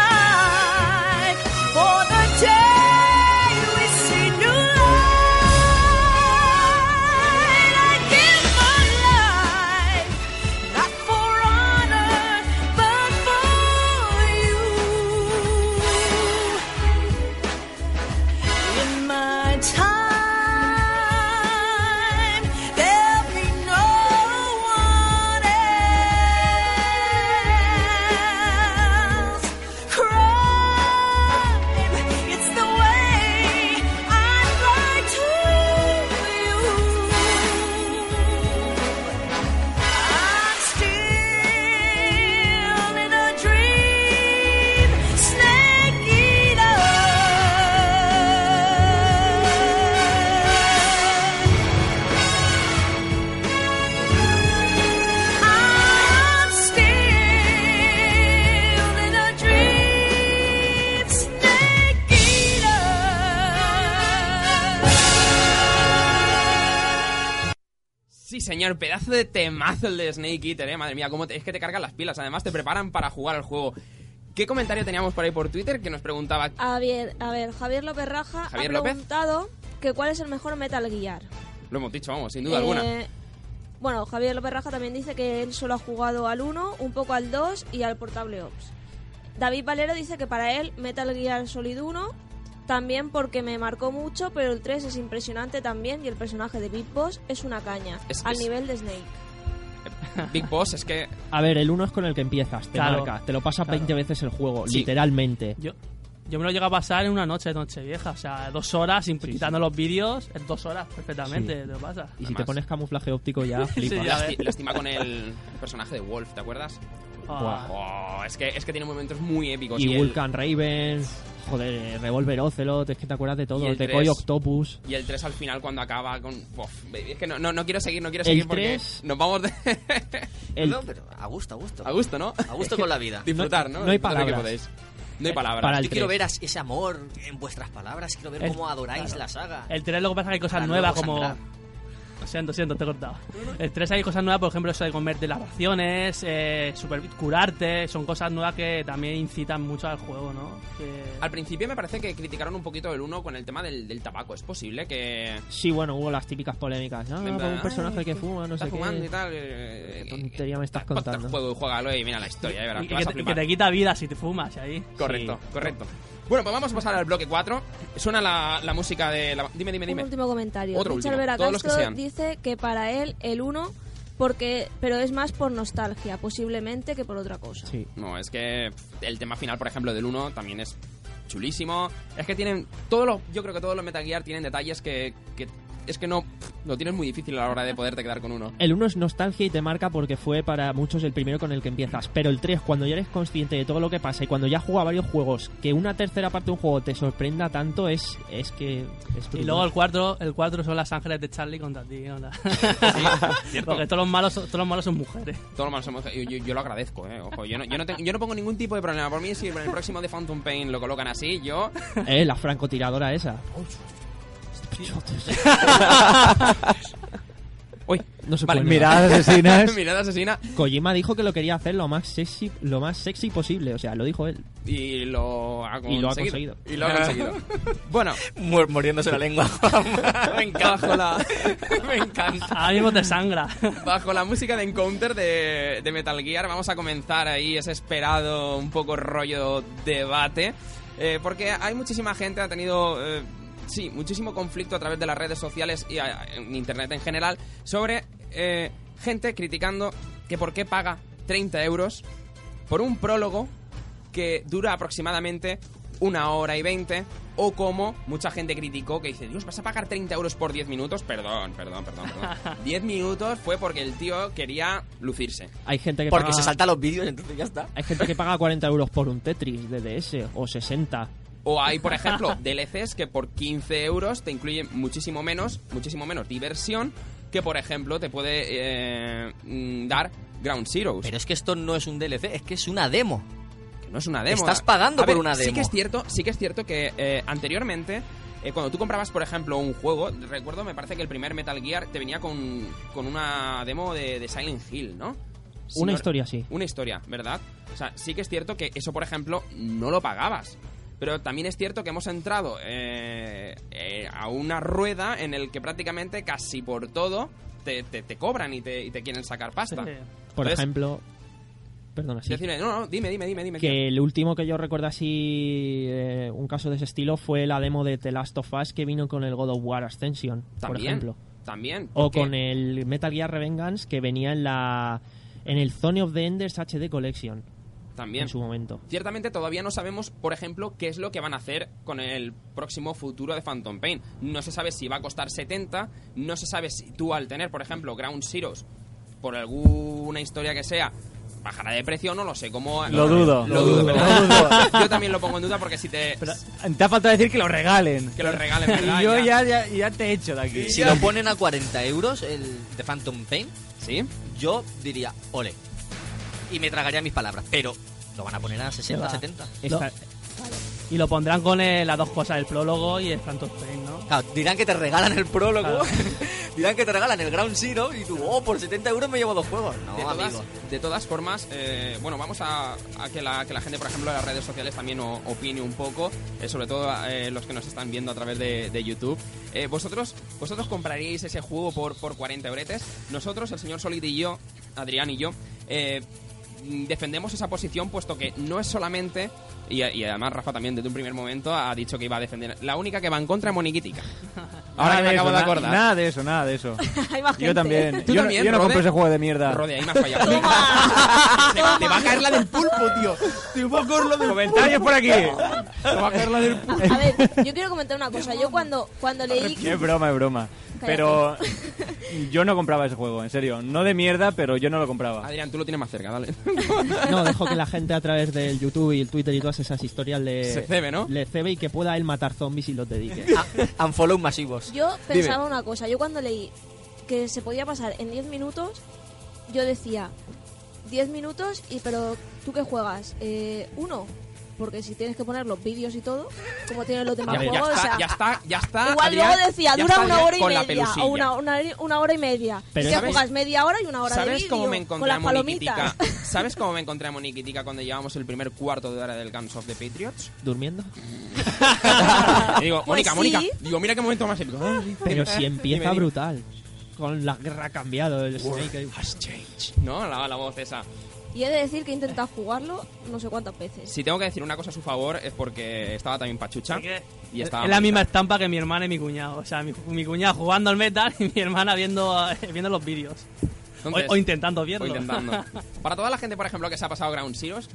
For the day we see new light, I give my life not for honor, but for you. In my time, there'll be no one else. Crime, it's the way I fly to you. I'm still in a dream, snake eater. I'm still in a dream, snake eater.
Sí, señor, pedazo de temazo el de Snake Eater, eh. Madre mía, cómo te- es que te cargan las pilas. Además, te preparan para jugar al juego. ¿Qué comentario teníamos por ahí por Twitter que nos preguntaba
A ver, a ver, Javier López Raja
Javier
ha
López.
preguntado que cuál es el mejor Metal Gear.
Lo hemos dicho, vamos, sin duda alguna.
Eh, Bueno, Javier López Raja también dice que él solo ha jugado al 1, un poco al 2 y al Portable Ops. David Valero dice que para él Metal Gear Solid 1 también porque me marcó mucho, pero el 3 es impresionante también y el personaje de Big Boss es una caña,
Es-
al
es-
nivel de Snake.
Big Boss es que
A ver, el uno es con el que empiezas, te
Claro.
marca, te lo pasas
Claro.
20 veces el juego,
Sí.
literalmente.
Yo, yo me lo llego a pasar en una noche, noche vieja. O sea, dos horas, sin- quitando los vídeos, en dos horas perfectamente
Sí.
te lo
Y
pasas.
si
Además.
te pones camuflaje óptico ya flipas.
ya.
lasti-
ves.
lastima con el personaje de Wolf, ¿te acuerdas?
Ah,
Oh, es, que, es que tiene momentos muy épicos.
y
el-
Vulcan Raven, joder, eh, Revolver Ocelot, es que te acuerdas de
Y
todo,
el
el
tres.
Decoy Octopus.
Y el 3 al final cuando acaba con... Uf, baby, es que no, no, no quiero seguir, no quiero
El
seguir porque
tres-
nos vamos de...
El-
No, pero a gusto, a gusto.
a gusto, ¿no?
A gusto con la vida.
Disfrutar, ¿no?
No- no hay
Disfrutar lo que
palabras.
podéis. No hay palabras.
Para el-
Yo quiero
tres.
ver as- ese amor en vuestras palabras, quiero ver
El-
cómo adoráis la saga.
El 3 luego pasa que hay cosas
Para
nuevas
luego
como...
sangrar.
Lo siento, siento, te he cortado. El 3 hay cosas nuevas, por ejemplo, eso de comerte las raciones, eh, super- curarte, son cosas nuevas que también incitan mucho al juego, ¿no? Que-
Al principio me parece que criticaron un poquito el 1 con el tema del, del tabaco. Es posible que...
Sí, bueno, hubo las típicas polémicas. Ah,
En
con
plan,
un personaje
"Ay,
que fuma, no
está
sé
fumando y
qué.
tal. eh,
Qué tontería me estás
Ponte al
contando.
juego y juégalo y mira la historia, ya verás
y,
que
que
vas a
te, y que
flipar.
te quita vida si te fumas ahí.
Correcto, correcto. Bueno, pues vamos a pasar al bloque 4. Suena la, la música de... la- Dime, dime, dime.
Un último comentario.
Otro
Richard
último.
Vera
Todos los que
Castro
sean.
dice que para él el 1 porque pero es más por nostalgia posiblemente que por otra cosa.
Sí.
No, es que pff, el tema final, por ejemplo, del 1 también es chulísimo. Es que tienen todos los, yo creo que todos los Metal Gear tienen detalles que, que es que no pff, lo tienes muy difícil a la hora de poderte quedar con uno.
El 1 es nostalgia y te marca porque fue para muchos el primero con el que empiezas. Pero el 3, cuando ya eres consciente de todo lo que pasa y cuando ya has jugado varios juegos, que una tercera parte de un juego te sorprenda tanto es, es que. Es
Y
brutal.
luego el 4 el cuatro son las ángeles de Charlie contra ti. hola.
cierto.
Porque todos los, malos, son- todos los malos son mujeres.
Todos los malos somos- yo, yo- yo lo agradezco, eh, ojo, yo no, yo, no tengo- yo no pongo ningún tipo de problema por mí si en el próximo de Phantom Pain lo colocan así, yo
Eh, la francotiradora esa.
Uy,
No se
vale.
puede.
Miradas asesinas.
Mirada asesina.
Kojima dijo que lo quería hacer lo más sexy, lo más sexy posible, o sea, lo dijo él.
Y lo ha conseguido.
Y lo ha conseguido.
Y lo ha conseguido. bueno,
Mu- Mordiéndose la lengua. Me
bajo
encanta.
la... Me encanta.
Ahora mismo te sangra.
Bajo la música de Encounter de, de Metal Gear vamos a comenzar ahí ese esperado un poco rollo debate. eh, porque hay muchísima gente, ha tenido... eh, sí, muchísimo conflicto a través de las redes sociales y a- en Internet en general sobre eh, gente criticando que por qué paga 30 euros por un prólogo que dura aproximadamente una hora y veinte o como mucha gente criticó que dice Dios vas a pagar 30 euros por 10 minutos perdón perdón perdón, perdón. 10 minutos fue porque el tío quería lucirse
Hay gente que
Porque
paga,
se saltan los vídeos, entonces ya está.
hay gente que paga 40 euros por un Tetris de DS o 60.
o hay por ejemplo DLCs que por 15 euros te incluyen muchísimo menos muchísimo menos diversión que por ejemplo te puede eh, mm, dar Ground Zeroes
Pero es que esto no es un DLC, es que es una demo.
que no es una demo.
Estás pagando
A ver,
por una
Sí
demo.
que es cierto, sí que es cierto que eh, anteriormente, eh, cuando tú comprabas, por ejemplo, un juego, recuerdo, me parece que el primer Metal Gear te venía con, con una demo de, de Silent Hill, ¿no? Si
Una
no-
historia así.
Una historia, ¿verdad? O sea, sí que es cierto que eso, por ejemplo, no lo pagabas. Pero también es cierto que hemos entrado eh, eh, a una rueda en el que prácticamente casi por todo te, te- te cobran y te, y te quieren sacar pasta.
Sí.
Por
Entonces,
ejemplo, perdona, sí.
Decirle, no, no, dime, dime, dime, dime. tío".
Que el último que yo recuerdo así, eh, un caso de ese estilo, fue la demo de The Last of Us que vino con el God of War Ascension, por
También,
ejemplo.
También.
O
¿Qué?
con el Metal Gear Revengeance que venía en la en el Zone of the Enders HD Collection
También.
en su momento.
Ciertamente todavía no sabemos, por ejemplo, qué es lo que van a hacer con el próximo futuro de Phantom Pain. No se sabe si va a costar 70, no se sabe si tú al tener, por ejemplo, Ground Zeroes, por alguna historia que sea, bajará de precio, no lo sé, cómo...
Lo dudo.
Lo dudo,
Lo
¿verdad?
dudo.
Yo también lo pongo en duda porque si te...
Te ha faltado decir que lo regalen.
que lo regalen, ¿verdad?
Y yo ya, ya, ya te he hecho de aquí.
Si lo ponen a 40 euros, el de Phantom Pain,
¿Sí?
yo diría, ole. Y me tragaría mis palabras. Pero lo van a poner a 60,
Qué va.
70.
Esta-
Y lo pondrán con eh, las dos cosas, el prólogo y el Phantom Pain, ¿no?
Claro, dirán que te regalan el prólogo, dirán que te regalan el Ground Zero y tú, oh, por 70 euros me llevo dos juegos. No,
de, todas,
amigo.
de todas formas, eh, bueno, vamos a, a que, la, que la gente, por ejemplo, de las redes sociales también o- opine un poco, eh, sobre todo eh, los que nos están viendo a través de, de YouTube. Eh, ¿vosotros, ¿Vosotros compraríais ese juego por, por 40 euretes? Nosotros, el señor Solid y yo, Adrián y yo, eh, mm, defendemos esa posición puesto que no es solamente... Y, y además Rafa también desde un primer momento ha dicho que iba a defender. La única que va en contra es Moniquitica. Ahora que me
Nada
acabo
eso,
de
na-
acordar.
Nada de eso, nada de eso.
Hay más gente.
Yo también.
Tú
yo, no-
también,
yo no compro
Rode.
ese juego de mierda.
Rode, ahí me has fallado.
Toma.
Te va- Te va a caer la del pulpo, tío. Te va a caer la del
Comentarios por aquí.
Te va a caer la del pulpo.
A ver, yo quiero comentar una cosa. Yo cuando, cuando leí...
Es broma, es broma. Pero yo no compraba ese juego, en serio. No de mierda, pero yo no lo compraba.
Adrián, tú lo tienes más cerca, dale.
No, dejo que la gente a través del YouTube y el Twitter y todas esas historias le,
Se cebe, ¿no?
le cebe y que pueda él matar zombies y los dedique.
Ah, Unfollow masivos.
Yo pensaba una cosa. Yo cuando leí que se podía pasar en 10 minutos, yo decía... 10 minutos, y pero ¿tú qué juegas? Eh, uno, porque si tienes que poner los vídeos y todo, como tienen los demás
Ya, ya
juegos, o
está,
sea,
ya está, ya está.
Igual
Adrián,
luego decía,
ya
dura
está
una
Adrián
hora y
con la
media.
pelusilla.
O una, una, una hora y media.
Pero
y que
¿sabes?
juegas media hora y una hora de
¿Sabes
vídeo.
cómo me
con
encontré a
las
Moniquitica?
palomitas.
¿Sabes cómo me encontré a Moniquitica cuando llevamos el primer cuarto de hora del Guns of the Patriots?
¿Durmiendo?
Y digo,
Pues
Mónica,
sí.
Mónica. Digo, mira qué momento más épico.
Pero si
Dime,
empieza
dime.
brutal. Con la guerra ha cambiado el Snake. ahí.
No, la, la voz esa.
Y he de decir que he intentado jugarlo no sé cuántas veces.
Si tengo que decir una cosa a su favor es porque estaba también Pachucha.
Porque
Y
es
estaba
la
Mónica.
misma estampa que mi hermana y mi cuñado. O sea, mi, mi cuñado jugando al metal y mi hermana viendo, viendo los vídeos. O,
Entonces,
o intentando verlo.
voy intentando. Para toda la gente, por ejemplo, que se ha pasado Ground Zeroes,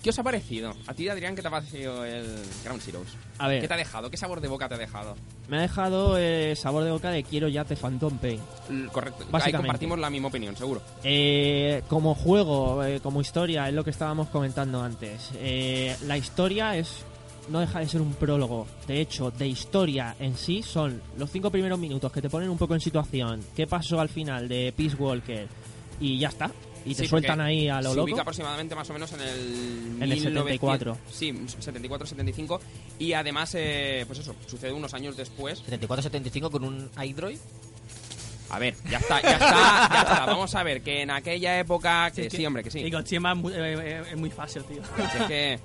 ¿qué os ha parecido? A ti, Adrián, ¿qué te ha parecido el Ground Zeroes?
A ver.
¿Qué te ha dejado? ¿Qué sabor de boca te ha dejado?
Me ha dejado eh, sabor de boca de quiero ya te Phantom Pain.
L- Correcto. Ahí
Básicamente.
compartimos la misma opinión, seguro.
Eh, como juego, eh, como historia, es lo que estábamos comentando antes. Eh, la historia es no deja de ser un prólogo. De hecho, de historia en sí son los cinco primeros minutos que te ponen un poco en situación. ¿Qué pasó al final de Peace Walker? Y ya está. Y te
Sí,
sueltan
porque
ahí a lo
se
loco.
ubica aproximadamente más o menos en el...
En el 74.
Sí, 74-75. Y además, eh, pues eso, sucede unos años después.
74-75 con un iDroid.
A ver, ya está, ya está, ya está. Vamos a ver, que en aquella época... Que sí,
es
hombre, que sí.
Y Kojima es muy, eh, eh, es muy fácil, tío.
Así es que...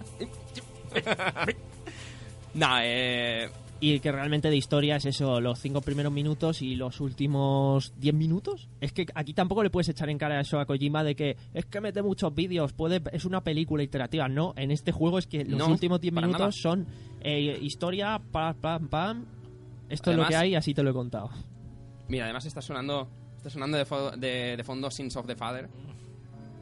No, eh...
Y que realmente de historia es eso, los cinco primeros minutos y los últimos diez minutos. Es que aquí tampoco le puedes echar en cara eso a Kojima de que es que mete muchos vídeos, puede es una película iterativa. No, en este juego es que los
No,
últimos diez
para
minutos
nada.
son eh, historia, pam, pam, pam. Esto es lo
Además-
que hay, así te lo he contado.
Mira, además está sonando, está sonando de, fo- de- de fondo Sins of the Father,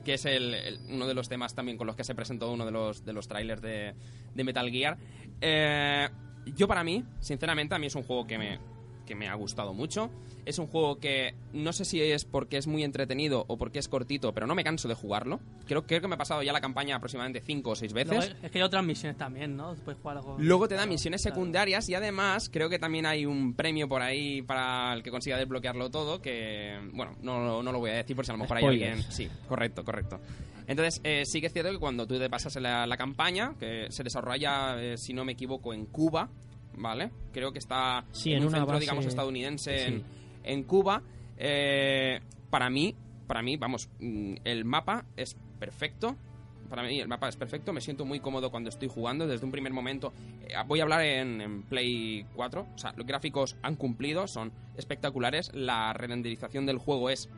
que es el, el- uno de los temas también con los que se presentó uno de los, de los trailers de, de Metal Gear. Eh, yo para mí, sinceramente, a mí es un juego que me, que me ha gustado mucho. Es un juego que no sé si es porque es muy entretenido o porque es cortito, pero no me canso de jugarlo. Creo, creo que me he pasado ya la campaña aproximadamente cinco o seis
Luego,
veces.
es que hay otras misiones también, ¿no? Puedes jugar algo.
Luego te da misiones
Claro.
secundarias y además creo que también hay un premio por ahí para el que consiga desbloquearlo todo que, bueno, no, no lo voy a decir por si a lo mejor hay
Spoilers.
alguien... Sí, correcto, correcto. Entonces, eh, sí que es cierto que cuando tú te pasas la, la campaña, que se desarrolla, eh, si no me equivoco, en Cuba, ¿vale? Creo que está
Sí,
en,
en
un
una
centro,
base-
digamos, estadounidense en,
Sí.
en Cuba. Eh, para mí, para mí, vamos, mm, el mapa es perfecto. Para mí el mapa es perfecto, me siento muy cómodo cuando estoy jugando desde un primer momento. Eh, voy a hablar en, en Play 4, o sea, los gráficos han cumplido, son espectaculares, la renderización del juego es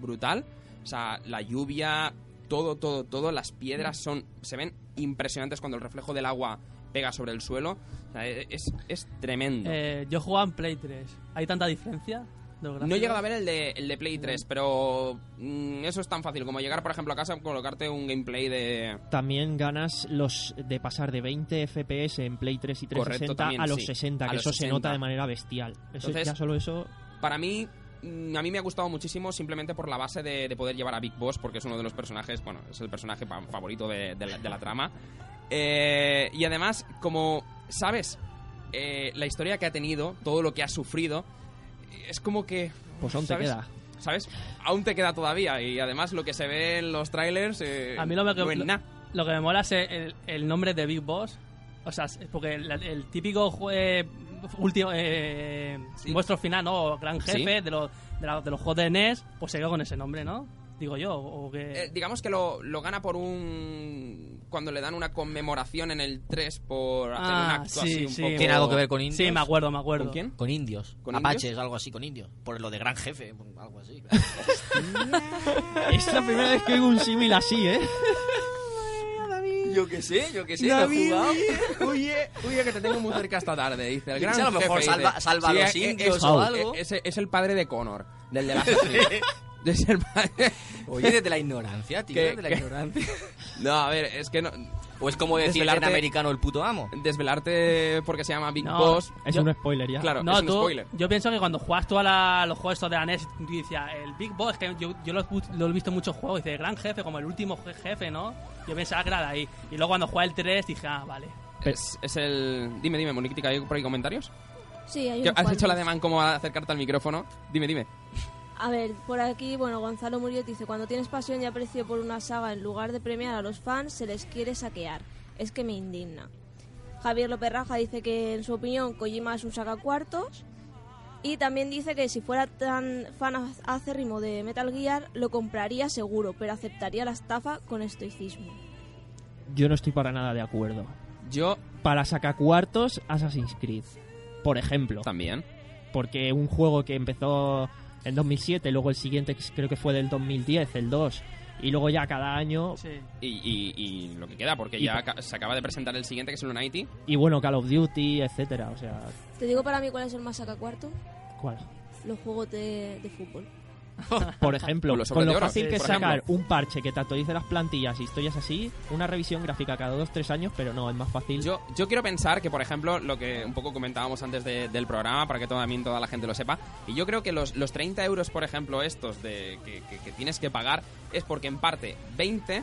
brutal, o sea, la lluvia, todo, todo, todo, las piedras son, se ven impresionantes cuando el reflejo del agua pega sobre el suelo, O sea, eh, es, es tremendo.
Eh, yo jugaba en Play 3. ¿Hay tanta diferencia?
No he llegado a ver el de, el de Play 3, pero mm, eso es tan fácil como llegar, por ejemplo, a casa y colocarte un gameplay de...
También ganas los de pasar de 20 FPS en Play 3 y
Correcto,
360
también,
a los
sí.
60,
A
que
los
eso se
60.
nota de manera bestial. Eso,
Entonces-
ya solo eso
Para mí, mm, a mí me ha gustado muchísimo simplemente por la base de, de poder llevar a Big Boss, porque es uno de los personajes, bueno, es el personaje pa- favorito de, de la, de la trama. Eh, y además, como sabes, eh, la historia que ha tenido, todo lo que ha sufrido, es como que...
Pues aún te
¿sabes?
queda.
¿Sabes? Aún te queda todavía. Y además lo que se ve en los trailers... eh,
A mí lo, me-
no es
lo-
nada.
lo que me mola es el, el nombre de Big Boss. O sea, es porque el, el típico jue- eh, último eh,
Sí.
vuestro final, ¿no? O Gran
Sí.
jefe de, los, de, la- de los juegos de NES, pues se quedó con ese nombre, ¿no? Digo yo, o o que...
Eh, digamos que lo, lo gana por un. Cuando le dan una conmemoración en el 3 por hacer
Ah,
un
sí,
acto así un
sí.
poco.
¿Tiene algo que ver con indios?
sí, me acuerdo, me acuerdo.
¿Con quién?
Con indios.
¿Con
Apaches,
indios?
algo así, con indios. Por lo de gran jefe, algo así.
Es la primera vez que oigo un símil así, ¿eh?
Yo que sé, yo que sé, lo he jugado. Oye, oye, eh, que te tengo muy cerca esta tarde, dice el
Yo
gran.
que sé, a lo mejor
jefe, dice,
salva- salva a los
es- es-
indios
es-
o algo".
Es, es el padre de Connor, del de la Es el padre.
Oye, desde la ignorancia, tío.
¿Qué-
Desde la
qué? Pues
ignorancia.
No, a ver, es que no.
O es como decir
Desvelarte-
en americano el puto amo.
Desvelarte porque se llama Big
No.
Boss.
Es
Yo-
un spoiler ya.
Claro,
No,
es un
tú-
spoiler.
yo pienso que cuando juegas todos los juegos estos de la NES, tú decías, el Big Boss, que yo, yo lo, escu- lo he visto en muchos juegos, dice, gran jefe, como el último je- jefe, ¿no? Yo pensaba que era de ahí. Y luego cuando juega el 3 dije, ah, vale.
Es, es el. Dime, dime, Moniquita, ¿hay por ahí comentarios?
Sí,
¿Has
hay unos cuantos.
hecho la demanda como a acercarte al micrófono? Dime, dime.
A ver, por aquí, bueno, Gonzalo Muriel dice, cuando tienes pasión y aprecio por una saga, en lugar de premiar a los fans, se les quiere saquear. Es que me indigna. Javier López Raja dice que, en su opinión, Kojima es un sacacuartos. Y también dice que si fuera tan fan ac- acérrimo de Metal Gear, lo compraría seguro, pero aceptaría la estafa con estoicismo.
Yo no estoy para nada de acuerdo.
Yo
Para sacacuartos, Assassin's Creed, por ejemplo.
también.
Porque un juego que empezó en 2007, luego el siguiente que creo que fue del 2010, el 2, y luego ya cada año...
Sí.
Y, y- y lo que queda, porque
Y
ya
pa-
ca- se acaba de presentar el siguiente, que es el Unity.
Y bueno, Call of Duty, etcétera, o sea...
Te digo para mí cuál es el más sacacuarto,
¿Cuál?
los juegos de, de fútbol.
Por ejemplo,
O los
con
sobres
lo
de oro,
fácil
sí,
que es
por
sacar
ejemplo.
un parche que te actualice las plantillas y historias así, una revisión gráfica cada 2-3 años, pero no, es más fácil.
Yo, yo quiero pensar que, por ejemplo, lo que un poco comentábamos antes de- del programa, para que también toda la gente lo sepa, y yo creo que los, los 30 euros, por ejemplo, estos de, que, que- que tienes que pagar, es porque en parte 20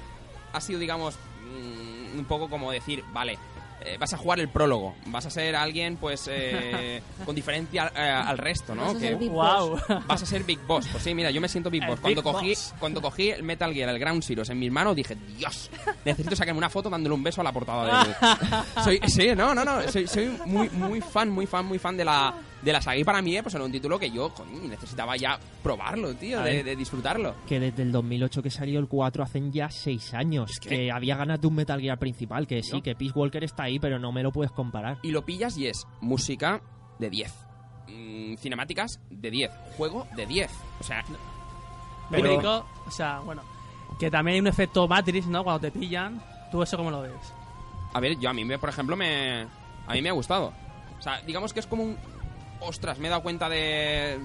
ha sido, digamos, mm, un poco como decir, vale, eh, vas a jugar el prólogo, vas a ser alguien, pues, eh, con diferencia eh, al resto, ¿no?
Vas a
Que-
ser Big
Guau.
Boss.
Vas a ser Big Boss. Pues sí, mira, yo me siento Big
El
Boss. Cuando
Big
cogí,
Boss.
cuando cogí el Metal Gear, el Ground Zeroes en mis manos, dije, Dios, necesito sacarme una foto dándole un beso a la portada de... soy, sí, no, no, no. Soy, soy muy, muy fan, muy fan, muy fan de la, de la saga. Y para mí, eh, pues era un título que yo coño, necesitaba ya probarlo, tío,
A
de,
ver.
de disfrutarlo.
Que desde el 2008 que salió el 4 hacen ya 6 años.
Es que-
que... había ganas de un Metal Gear principal. Que sí,
Yo-
que Peace Walker está ahí, pero no me lo puedes comparar.
Y lo pillas y es música de 10. mm, cinemáticas de 10. Juego de 10. O sea,
Lo
Pero-
único, o sea, bueno, que también hay un efecto Matrix, ¿no? Cuando te pillan, ¿tú eso cómo lo ves?
A ver, yo a mí, me, por ejemplo, me. A mí me ha gustado. O sea, digamos que es como un. Ostras, me he dado cuenta de.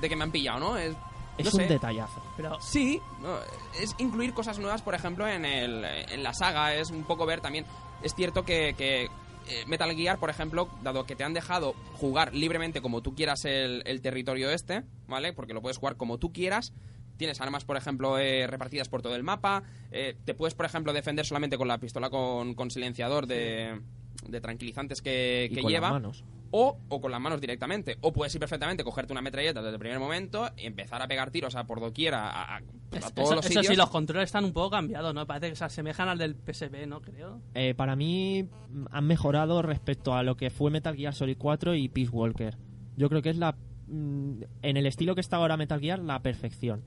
de que me han pillado, ¿no? Es,
Es
no
un
sé.
detallazo.
Pero
Sí, no, es incluir cosas nuevas, por ejemplo, en, el, en la saga. Es un poco ver también. Es cierto que, que, eh, Metal Gear, por ejemplo, dado que te han dejado jugar libremente como tú quieras el, el territorio este, ¿vale? Porque lo puedes jugar como tú quieras. Tienes armas, por ejemplo, eh, repartidas por todo el mapa. eh, te puedes, por ejemplo, defender solamente con la pistola con, con silenciador de, de tranquilizantes que,
y
que
con
lleva
las manos.
o, o con las manos directamente. O puedes ir perfectamente, cogerte una metralleta desde el primer momento y empezar a pegar tiros a por doquiera, a, a- a todos
eso,
los
eso
sitios.
sí, los controles están un poco cambiados, ¿no? Parece que se asemejan al del PSP, ¿no? Creo.
Eh, para mí mm, han mejorado respecto a lo que fue Metal Gear Solid 4 y Peace Walker. Yo creo que es la. mm, En el estilo que está ahora Metal Gear, la perfección.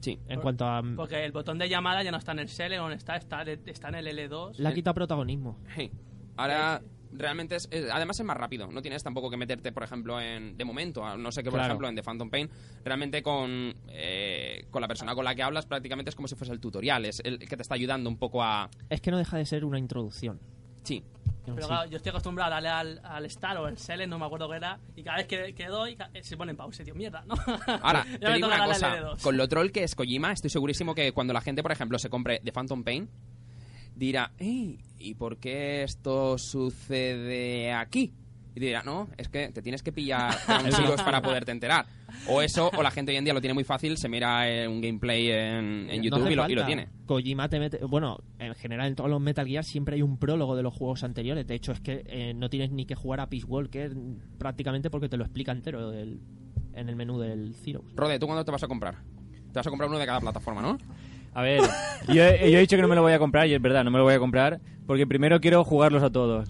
Sí.
En
Por-
cuanto a. mm,
Porque el botón de llamada ya no está en el L, no está, está, de- está en el L2.
La quita protagonismo.
Sí. Ahora
Eh.
realmente es, es- además es más rápido no tienes tampoco que meterte por ejemplo en de momento a no sé que por
Claro.
ejemplo en The Phantom Pain realmente con eh, con la persona con la que hablas prácticamente es como si fuese el tutorial es el que te está ayudando un poco a
Es que no deja de ser una introducción.
sí
En
Pero
sí.
claro, yo estoy acostumbrado a darle al, al Star o el Select, no me acuerdo qué era, y cada vez que, que doy ca- eh, se pone en pausa, tío, mierda, ¿no?
Ahora,
Ya
te
me
digo
toca
una
darle
cosa.
al L2.
Con lo troll que es Kojima, estoy segurísimo que cuando la gente, por ejemplo, se compre The Phantom Pain, dirá, "Ey, ¿y por qué esto sucede aquí? Y dirá, no, es que te tienes que pillar con tiros para poderte enterar. O eso, o la gente hoy en día lo tiene muy fácil, se mira eh, un gameplay en, en
No
YouTube
hace
y, lo, y lo
falta.
tiene.
Kojima te mete. Bueno, en general en todos los Metal Gear siempre hay un prólogo de los juegos anteriores. De hecho, es que eh, no tienes ni que jugar a Peace Walker mm, prácticamente porque te lo explica entero el- en el menú del Zero.
Rode, ¿tú cuándo te vas a comprar? Te vas a comprar uno de cada plataforma, ¿no?
A ver, yo he, yo he dicho que no me lo voy a comprar y es verdad, no me lo voy a comprar porque primero quiero jugarlos a todos.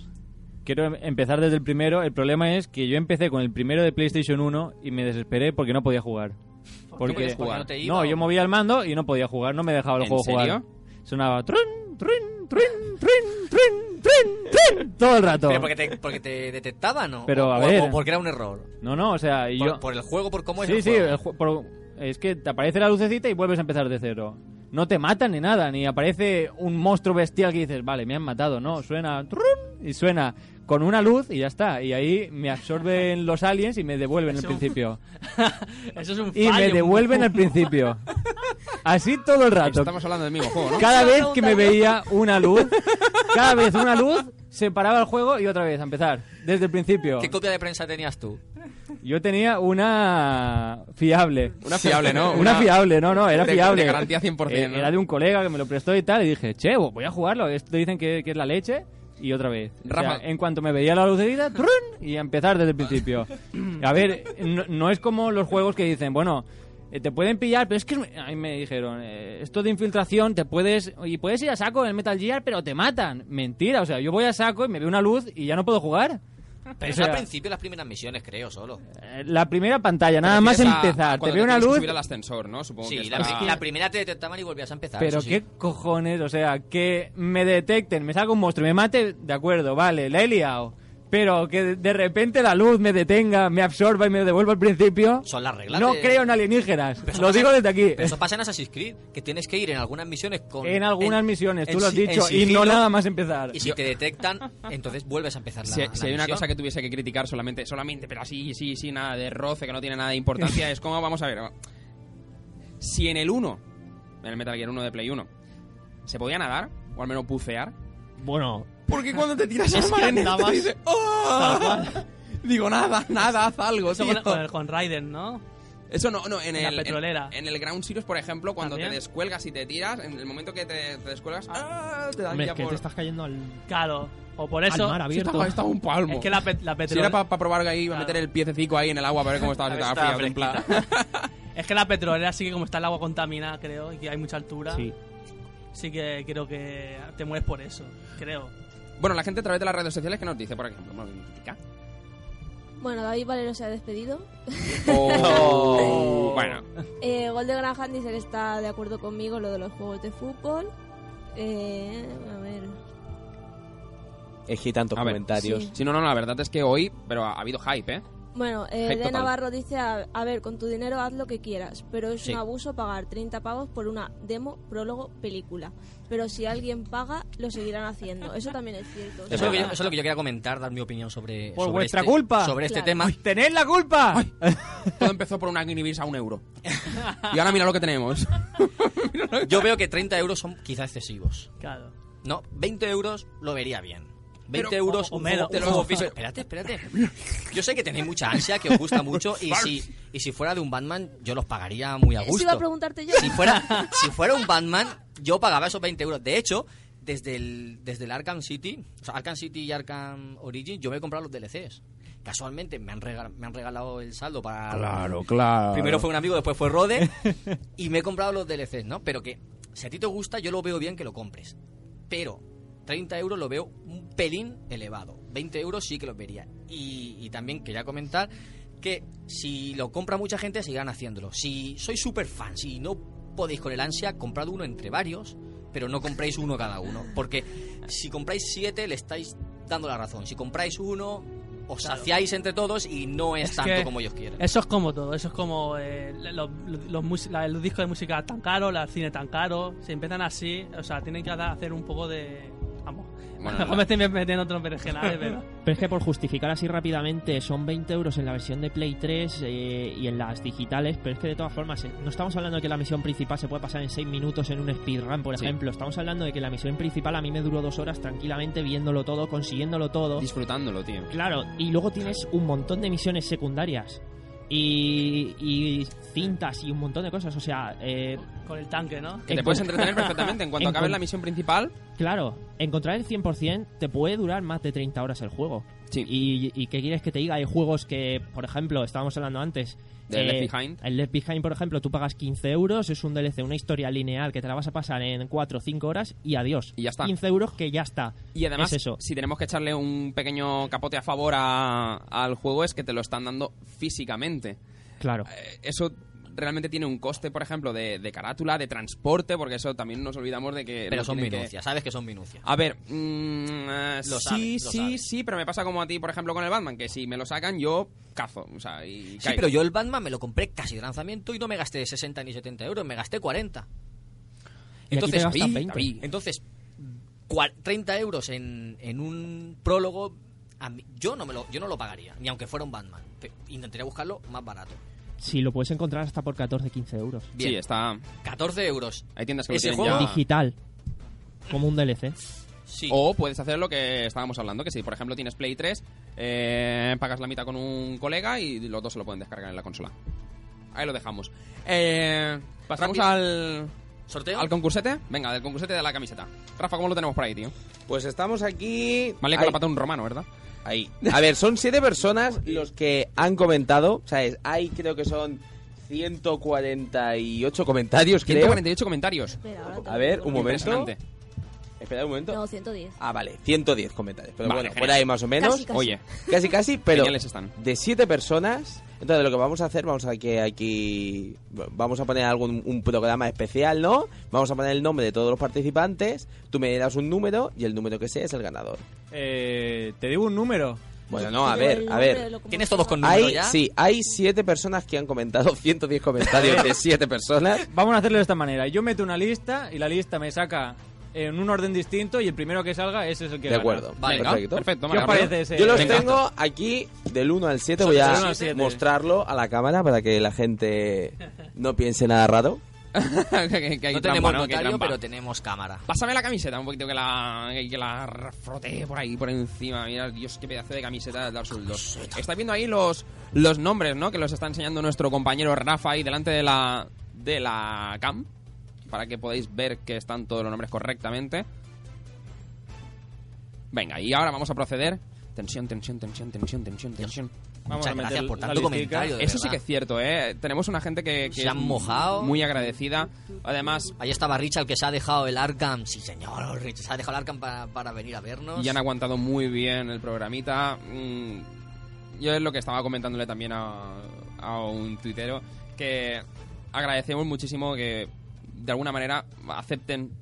Quiero em- empezar desde el primero. El problema es que yo empecé con el primero de PlayStation 1 y me desesperé porque no podía jugar.
no podías jugar?
no, yo movía el mando y no podía jugar, no me dejaba el
¿En
juego jugar.
serio?
Sonaba trun, trun, trun, trun, trun, trun, trun, todo el rato.
Pero porque te, porque te detectaban, ¿no?
Pero,
O-
a
o-
ver.
o porque era un error.
No, no, o sea, y
Por,
yo...
por el juego, por cómo es
Sí,
el
sí,
juego.
el ju- por- es que te aparece la lucecita y vuelves a empezar de cero. No te matan ni nada, ni aparece un monstruo bestial que dices, vale, me han matado, no, suena trun, y suena con una luz y ya está. Y ahí me absorben los aliens y me devuelven al
Eso-
principio.
Eso es un
Y
fallo,
me
un-
devuelven al
un-
principio. Así todo el rato.
Estamos hablando del mismo juego, ¿no?
Cada
Estaba
vez que me
preguntando.
veía una luz, cada vez una luz, se paraba el juego y otra vez a empezar, desde el principio.
¿Qué copia de prensa tenías tú?
Yo tenía una fiable.
Una fiable, ¿no?
Una, fiable, no, no, era
de-
fiable. Eh,
de garantía 100%, ¿no?
Era de un colega que me lo prestó y tal, y dije, che, voy a jugarlo, esto dicen que, que es la leche, y otra vez. O sea,
Rafa.
en cuanto me veía la lucecita, ¡trun! y a empezar desde el principio. A ver, no, no es como los juegos que dicen, bueno... eh, Te pueden pillar, pero es que es- a mí me dijeron, eh, esto de infiltración, te puedes y puedes ir a saco en el Metal Gear, pero te matan. Mentira, o sea, yo voy a saco y me veo una luz y ya no puedo jugar.
Pero
O
eso al
sea,
principio, las primeras misiones, creo, solo.
eh, La primera pantalla, nada más
Refieres a- a
empezar. Te
cuando
veo una
tienes que
luz.
subir al ascensor, ¿no? Supongo que
Sí,
es
la,
para-
la primera te detectaban y volvías a empezar.
Pero
eso sí.
qué cojones, o sea, que me detecten, me salga un monstruo y me mate, de acuerdo, vale, la he liado. Pero que de- de repente la luz me detenga, me absorba y me devuelva al principio.
Son las reglas
No
de-
creo en alienígenas.
Pero eso
Lo
pasa-
digo desde aquí.
Pero eso pasa en Assassin's Creed, que tienes que ir en algunas misiones con...
En algunas misiones, tú
en
lo has
si- en
dicho, y
sigilo,
no nada más empezar.
Y si te detectan, entonces vuelves a empezar la
Si, si
la
hay una
misión.
cosa que tuviese que criticar solamente, solamente, pero así, sí, sí, nada de roce, que no tiene nada de importancia, es como, vamos a ver, si en el 1, en el Metal Gear 1 de Play 1, se podía nadar, o al menos bucear,
Bueno,
porque cuando te tiras
Es
al mar
que
en esto,
andabas-
dices, "Ah". Digo, nada, nada, haz algo,
Eso
tío.
con, con el, con Raiden, ¿no?
Eso no, no, en
En la
el... en-
petrolera.
En, el Ground Zeroes, por ejemplo, cuando
¿También?
te descuelgas y te tiras, en el momento que te, te descuelgas, ah, te dan
hombre, es
ya
que
por...
te estás cayendo al,
Claro. O por
al
eso...
mar
Sí,
abierto.
estaba, estaba un palmo.
Es que la, pe- la
Si era
petrolera...
para probar ahí, iba a meter
Claro.
el piececico ahí en el agua para ver cómo estaba, si estaba
Estaba
fría, en plan-
Es que la petrolera sí que como está el agua contaminada, creo, y que hay mucha altura,
Sí.
sí que creo que te mueres por eso, creo.
Bueno, la gente a través de las redes sociales que nos dice, por ejemplo, bueno, critica.
Bueno, David Valero se ha despedido.
Oh. bueno,
Eh, Golden Graham dice que está de acuerdo conmigo lo de los juegos de fútbol. Eh, a ver.
Es que hay tantos
A ver,
comentarios.
sí.
si no, no, la verdad es que hoy, pero ha habido hype, ¿eh?
Bueno, eh,
Hype
de
total.
Navarro dice, a, a ver, con tu dinero haz lo que quieras, pero es
Sí.
un abuso pagar 30 pavos por una demo, prólogo, película. Pero si alguien paga, lo seguirán haciendo. Eso también es cierto. O
Eso es,
sea,
lo que yo, eso es lo que yo quería comentar, dar mi opinión sobre.
Por
sobre
vuestra
este-
culpa.
Sobre este
Claro.
tema.
¡Tened la culpa!
Todo empezó por una Guinibis a un euro. Y ahora mira lo que tenemos.
Yo veo que 30 euros son quizá excesivos.
Claro.
No, 20 euros lo vería bien. 20
Pero-
euros
o- o
un
menos,
juego-
o
un juego
menos.
físico. Espérate, espérate. Yo sé que tenéis mucha ansia, que os gusta mucho y si, y si fuera de un Batman yo los pagaría muy a
Eso iba a
gusto.
preguntarte yo.
Si fuera, si fuera un Batman yo pagaba esos 20 euros. De hecho, desde el, desde el Arkham City, o sea, Arkham City y Arkham Origin, yo me he comprado los DLCs. Casualmente me han, rega- me han regalado el saldo para
claro.
Primero fue un amigo, después fue Rode. y me he comprado los DLCs, ¿no? Pero que si a ti te gusta, yo lo veo bien que lo compres. Pero 30 euros lo veo un pelín elevado. 20 euros sí que los vería. Y, y también quería comentar que si lo compra mucha gente, sigan haciéndolo. Si sois súper fans y no podéis con el ansia, comprad uno entre varios, pero no compréis uno cada uno. Porque si compráis siete, le estáis dando la razón. Si compráis uno, os saciáis entre todos y no es,
Es
tanto
que
como ellos quieren.
Eso es como todo, eso es como eh, los, los- los mus- la- los discos de música tan caros, la- el cine tan caro, se empiezan así, o sea, tienen que ha- hacer un poco de... Vamos,
Bueno,
a lo mejor
no.
me estoy metiendo otro berenjenales, pero...
Pero es que por justificar así rápidamente, son 20 euros en la versión de Play 3 eh, y en las digitales, pero es que de todas formas, eh, no estamos hablando de que la misión principal se puede pasar en 6 minutos en un speedrun, por
Sí.
ejemplo, estamos hablando de que la misión principal a mí me duró dos horas tranquilamente viéndolo todo, consiguiéndolo todo.
Disfrutándolo, tío.
Claro, y luego tienes un montón de misiones secundarias y, y cintas y un montón de cosas, o sea, eh,
Con el tanque, ¿no?
Que te puedes entretener perfectamente. En cuanto
En
acabes
con-
la misión principal,
Claro, encontrar el 100% te puede durar más de 30 horas el juego.
Sí.
Y, y qué quieres que te diga? Hay juegos que, por ejemplo, estábamos hablando antes. eh,
De Left Behind.
El Left Behind, por ejemplo, tú pagas 15 euros, es un DLC, una historia lineal que te la vas a pasar en 4 o 5 horas y adiós.
Y ya está.
15 euros que ya está.
Y además,
Es eso.
si tenemos que echarle un pequeño capote a favor a- al juego, es que te lo están dando físicamente.
Claro.
Eh, Eso realmente tiene un coste, por ejemplo, de, de carátula, de transporte, porque eso también nos olvidamos de que.
Pero
no
son
tienen que-
minucias, sabes Eh, que Ah, son minucias.
A ver, mm, eh,
Lo
sí,
sabes, lo
sí,
sabes.
sí, pero me pasa como a ti, por ejemplo, con el Batman, que si me lo sacan, yo cazo. O sea, y
Sí,
caigo.
pero yo el Batman me lo compré casi de lanzamiento y no me gasté 60 ni 70 euros, me gasté 40.
Y aquí te
Entonces,
gastas
David,
20.
David.
Entonces, cua- 30 euros en, en un prólogo, a mí- yo, no me lo, yo no lo pagaría, ni aunque fuera un Batman. Pe- Intentaría buscarlo más barato.
Si lo puedes encontrar hasta por 14, 15 euros.
Bien,
Sí, está.
14 euros.
Hay tiendas que lo
Ese
tienen
juego
ya.
Digital. Como un DLC.
Sí.
O puedes hacer lo que estábamos hablando, que si por ejemplo tienes Play 3, eh, pagas la mitad con un colega y los dos se lo pueden descargar en la consola. Ahí lo dejamos. Eh, pasamos
Rápido.
al,
¿Sorteo?
al concursete. Venga, del concursete de la camiseta. Rafa, ¿cómo lo tenemos por ahí, tío?
Pues estamos aquí.
Vale, con
Ahí.
la pata de un romano, ¿verdad?
Ahí. A ver, son siete personas los que han comentado. O sea, es- hay creo que son 148 comentarios, creo.
148 comentarios.
Espera, ahora te
A ver,
digo.
un momento.
Impresionante.
Espera un momento.
No, 110.
Ah, vale, 110 comentarios. Pero
Vale,
bueno,
genial.
por ahí más o menos.
Casi, casi.
Oye,
Casi, casi, pero
Geniales están.
de siete personas. Entonces, lo que vamos a hacer, vamos a que aquí. Vamos a poner algún un programa especial, ¿no? Vamos a poner el nombre de todos los participantes. Tú me das un número y el número que sea es el ganador.
Eh, te digo un número.
Bueno, no, a
Pero
ver,
el
a
nombre de
ver.
locomotora-
¿Tienes todos con número
Hay,
ya?
sí, hay siete personas que han comentado 110 comentarios de siete personas.
Vamos a hacerlo de esta manera. Yo meto una lista y la lista me saca en un orden distinto y el primero que salga ese es el que
De
gana.
acuerdo,
Vale,
venga,
perfecto.
perfecto.
¿Qué os
Margarita.
parece Pues ese?
Yo los
Venga.
tengo aquí del 1 al 7. Voy
Del
a
uno al siete.
mostrarlo a la cámara para que la gente no piense nada raro.
Que- que- que hay
no
trampa,
tenemos
¿no? Que hay
notario,
trampa.
pero tenemos cámara.
Pásame la camiseta un poquito que la, que la frotee por ahí, por encima. Mira, Dios, qué pedazo de camiseta de Dark Souls 2. Está viendo ahí los, los nombres, ¿no? Que los está enseñando nuestro compañero Rafa ahí delante de la, de la cam. Para que podáis ver que están todos los nombres correctamente. Venga, y ahora vamos a proceder. Tensión, tensión, tensión, tensión, tensión, tensión.
Vamos a
Muchas
meter
gracias por
la
tanto
listica.
comentario. de
Eso sí que es
verdad.
cierto, ¿eh? Tenemos una gente que, que
Se han
es
mojado.
Muy agradecida. Además,
Ahí estaba Richard que se ha dejado el Arkham. Sí, señor, Richard se ha dejado el Arkham para, para venir a vernos.
y han aguantado muy bien el programita. Mm, yo es lo que estaba comentándole también a, a un tuitero, que agradecemos muchísimo que de alguna manera acepten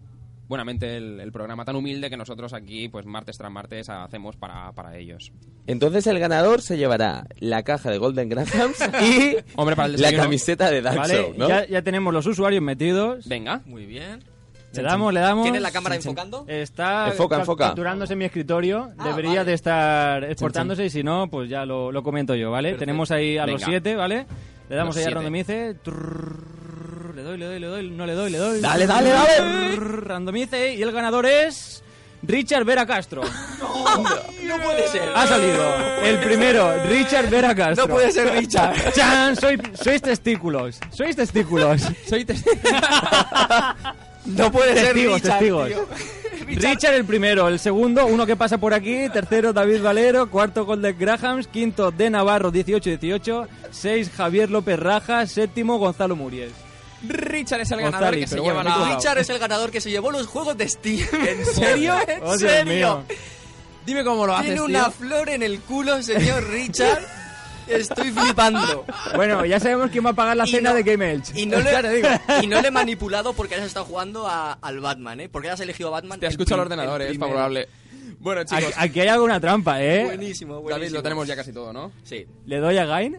buenamente el, el programa tan humilde que nosotros aquí, pues martes tras martes, hacemos para, para ellos.
Entonces el ganador se llevará la caja de Golden Grahams y
Hombre, para el
la
desayuno.
camiseta de Dark
¿Vale?
Show, ¿no?
ya, ya tenemos los usuarios metidos.
Venga.
Muy bien.
Le damos, le damos.
¿Tienes la cámara enfocando?
Está
Enfoca,
ca-
enfoca.
capturándose en mi escritorio.
Ah,
Debería
vale.
de estar exportándose y si no, pues ya lo, lo comento yo, ¿vale?
Perfecto.
Tenemos ahí a los
Venga.
siete, ¿vale? Le
Los
damos ahí a
siete.
randomice. Trrrr, le doy, le doy, le doy, no le doy, le doy.
Dale, dale, dale.
Trrrr, randomice y el ganador es... Richard Vera Castro.
No puede ser.
Ha salido. El primero, Richard Vera Castro.
No puede ser Richard.
¡Chan! Soy, sois testículos. Sois testículos.
Soy testigo.
No puede ser
Testigos,
Richard.
testigos.
tío.
Richard. el primero, el segundo, uno que pasa por aquí, tercero David Valero, cuarto Golden Grahams, quinto De Navarro 18-18, seis Javier López Raja, séptimo Gonzalo Muries.
Richard es el
Gonzalo,
ganador que se
pero bueno,
lleva
me he
la...
colado.
Richard es el ganador que se llevó los juegos de Steam. ¿En serio? ¿En
Oh, Dios
serio?
mío.
Dime cómo lo haces,
Tiene
tío.
una flor en el culo, señor Richard. Estoy flipando.
Bueno, ya sabemos quién va a pagar la
Y
cena
no-
de Game Elch.
Y no, le,
Claro, digo.
y no le he manipulado porque has estado jugando a- al Batman, ¿eh? Porque has elegido a Batman.
Te
el
escucha el
prim-
ordenador,
el
eh, es
primero.
favorable. Bueno,
Aquí,
chicos,
aquí hay alguna trampa, ¿eh?
Buenísimo, buenísimo.
David, lo tenemos ya casi todo, ¿no?
Sí.
¿Le doy a Gain?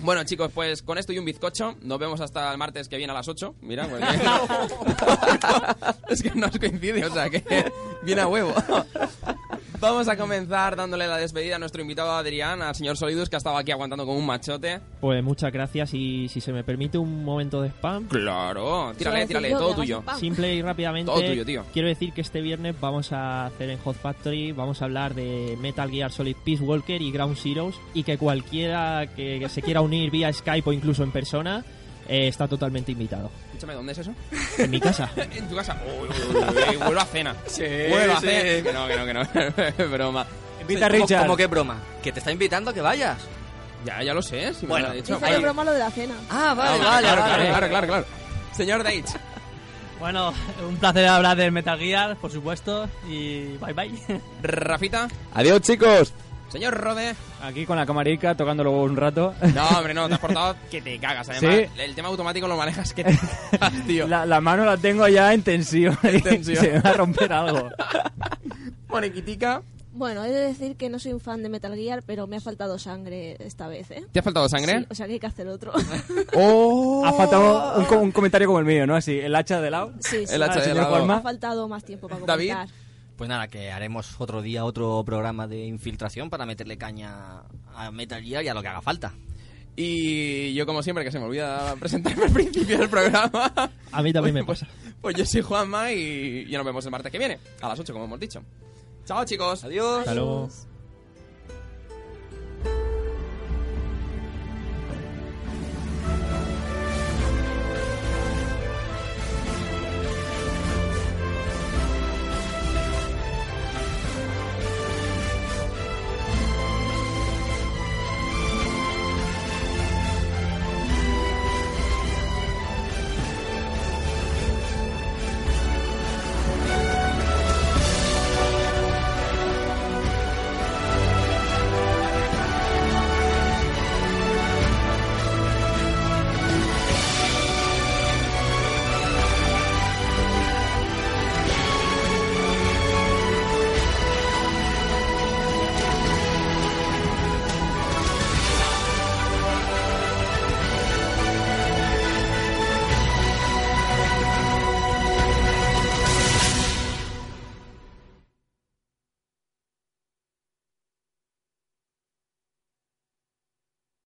Bueno, chicos, pues con esto y un bizcocho, nos vemos hasta el martes que viene a las 8. Mira, porque... es que nos coincide, o sea que viene a huevo. Vamos a comenzar dándole la despedida a nuestro invitado Adrián, al señor Solidus, que ha estado aquí aguantando como un machote.
Pues muchas gracias y si se me permite un momento de spam.
Claro,
Solo
tírale,
decir
tírale,
yo que
todo
hagas
tuyo.
spam.
Simple y rápidamente.
Todo tuyo, tío.
Quiero decir que este viernes vamos a hacer en Hot Factory, vamos a hablar de Metal Gear Solid Peace Walker y Ground Zeroes y que cualquiera que que se quiera unir vía Skype o incluso en persona eh, está totalmente invitado.
Escúchame, ¿dónde es eso?
En mi casa.
En tu casa. Uy, uy, uy, uy, vuelvo a cena.
Sí,
Vuelvo a
sí.
cena. Que no, que no, que no. Es Broma.
Invita a
¿Cómo-
Richard.
¿Cómo que broma? Que te está invitando a que vayas.
Ya, ya lo sé, si me
Bueno,
lo ha dicho.
Dice
Ahí.
de broma lo de la cena.
Ah, vale,
Ah,
vale,
claro,
vale.
claro, claro, claro, claro. Señor Deitch.
Bueno, un placer hablar del Metal Gear, por supuesto, y bye bye.
Rafita.
Adiós, chicos.
Señor Rode.
Aquí con la camarica, tocándolo un rato.
No, hombre, no, te has portado que te cagas. Además, el tema automático lo manejas que te cagas, tío.
La, la mano la tengo ya en tensión.
tensión.
Se me va a romper algo.
Monequitica.
Bueno, he de decir que no soy un fan de Metal Gear, pero me ha faltado sangre esta vez, ¿eh?
¿Te ha faltado sangre?
Sí, o sea que hay que hacer otro.
¡Oh!
Ha faltado un, co- un comentario como el mío, ¿no? Así, el hacha de lado.
sí, sí.
El hacha
Ah,
de
señor
lado.
Juanma.
Ha faltado más tiempo para
David.
comentar.
Pues nada, que haremos otro día otro programa de infiltración para meterle caña a Metal Gear y a lo que haga falta.
Y yo, como siempre, que se me olvida presentarme al principio del programa.
A mí también me
Pues-
pasa.
Pues yo soy Juanma y ya nos vemos el martes que viene, a las 8, como hemos dicho. Chao, chicos.
Adiós.
Hasta luego.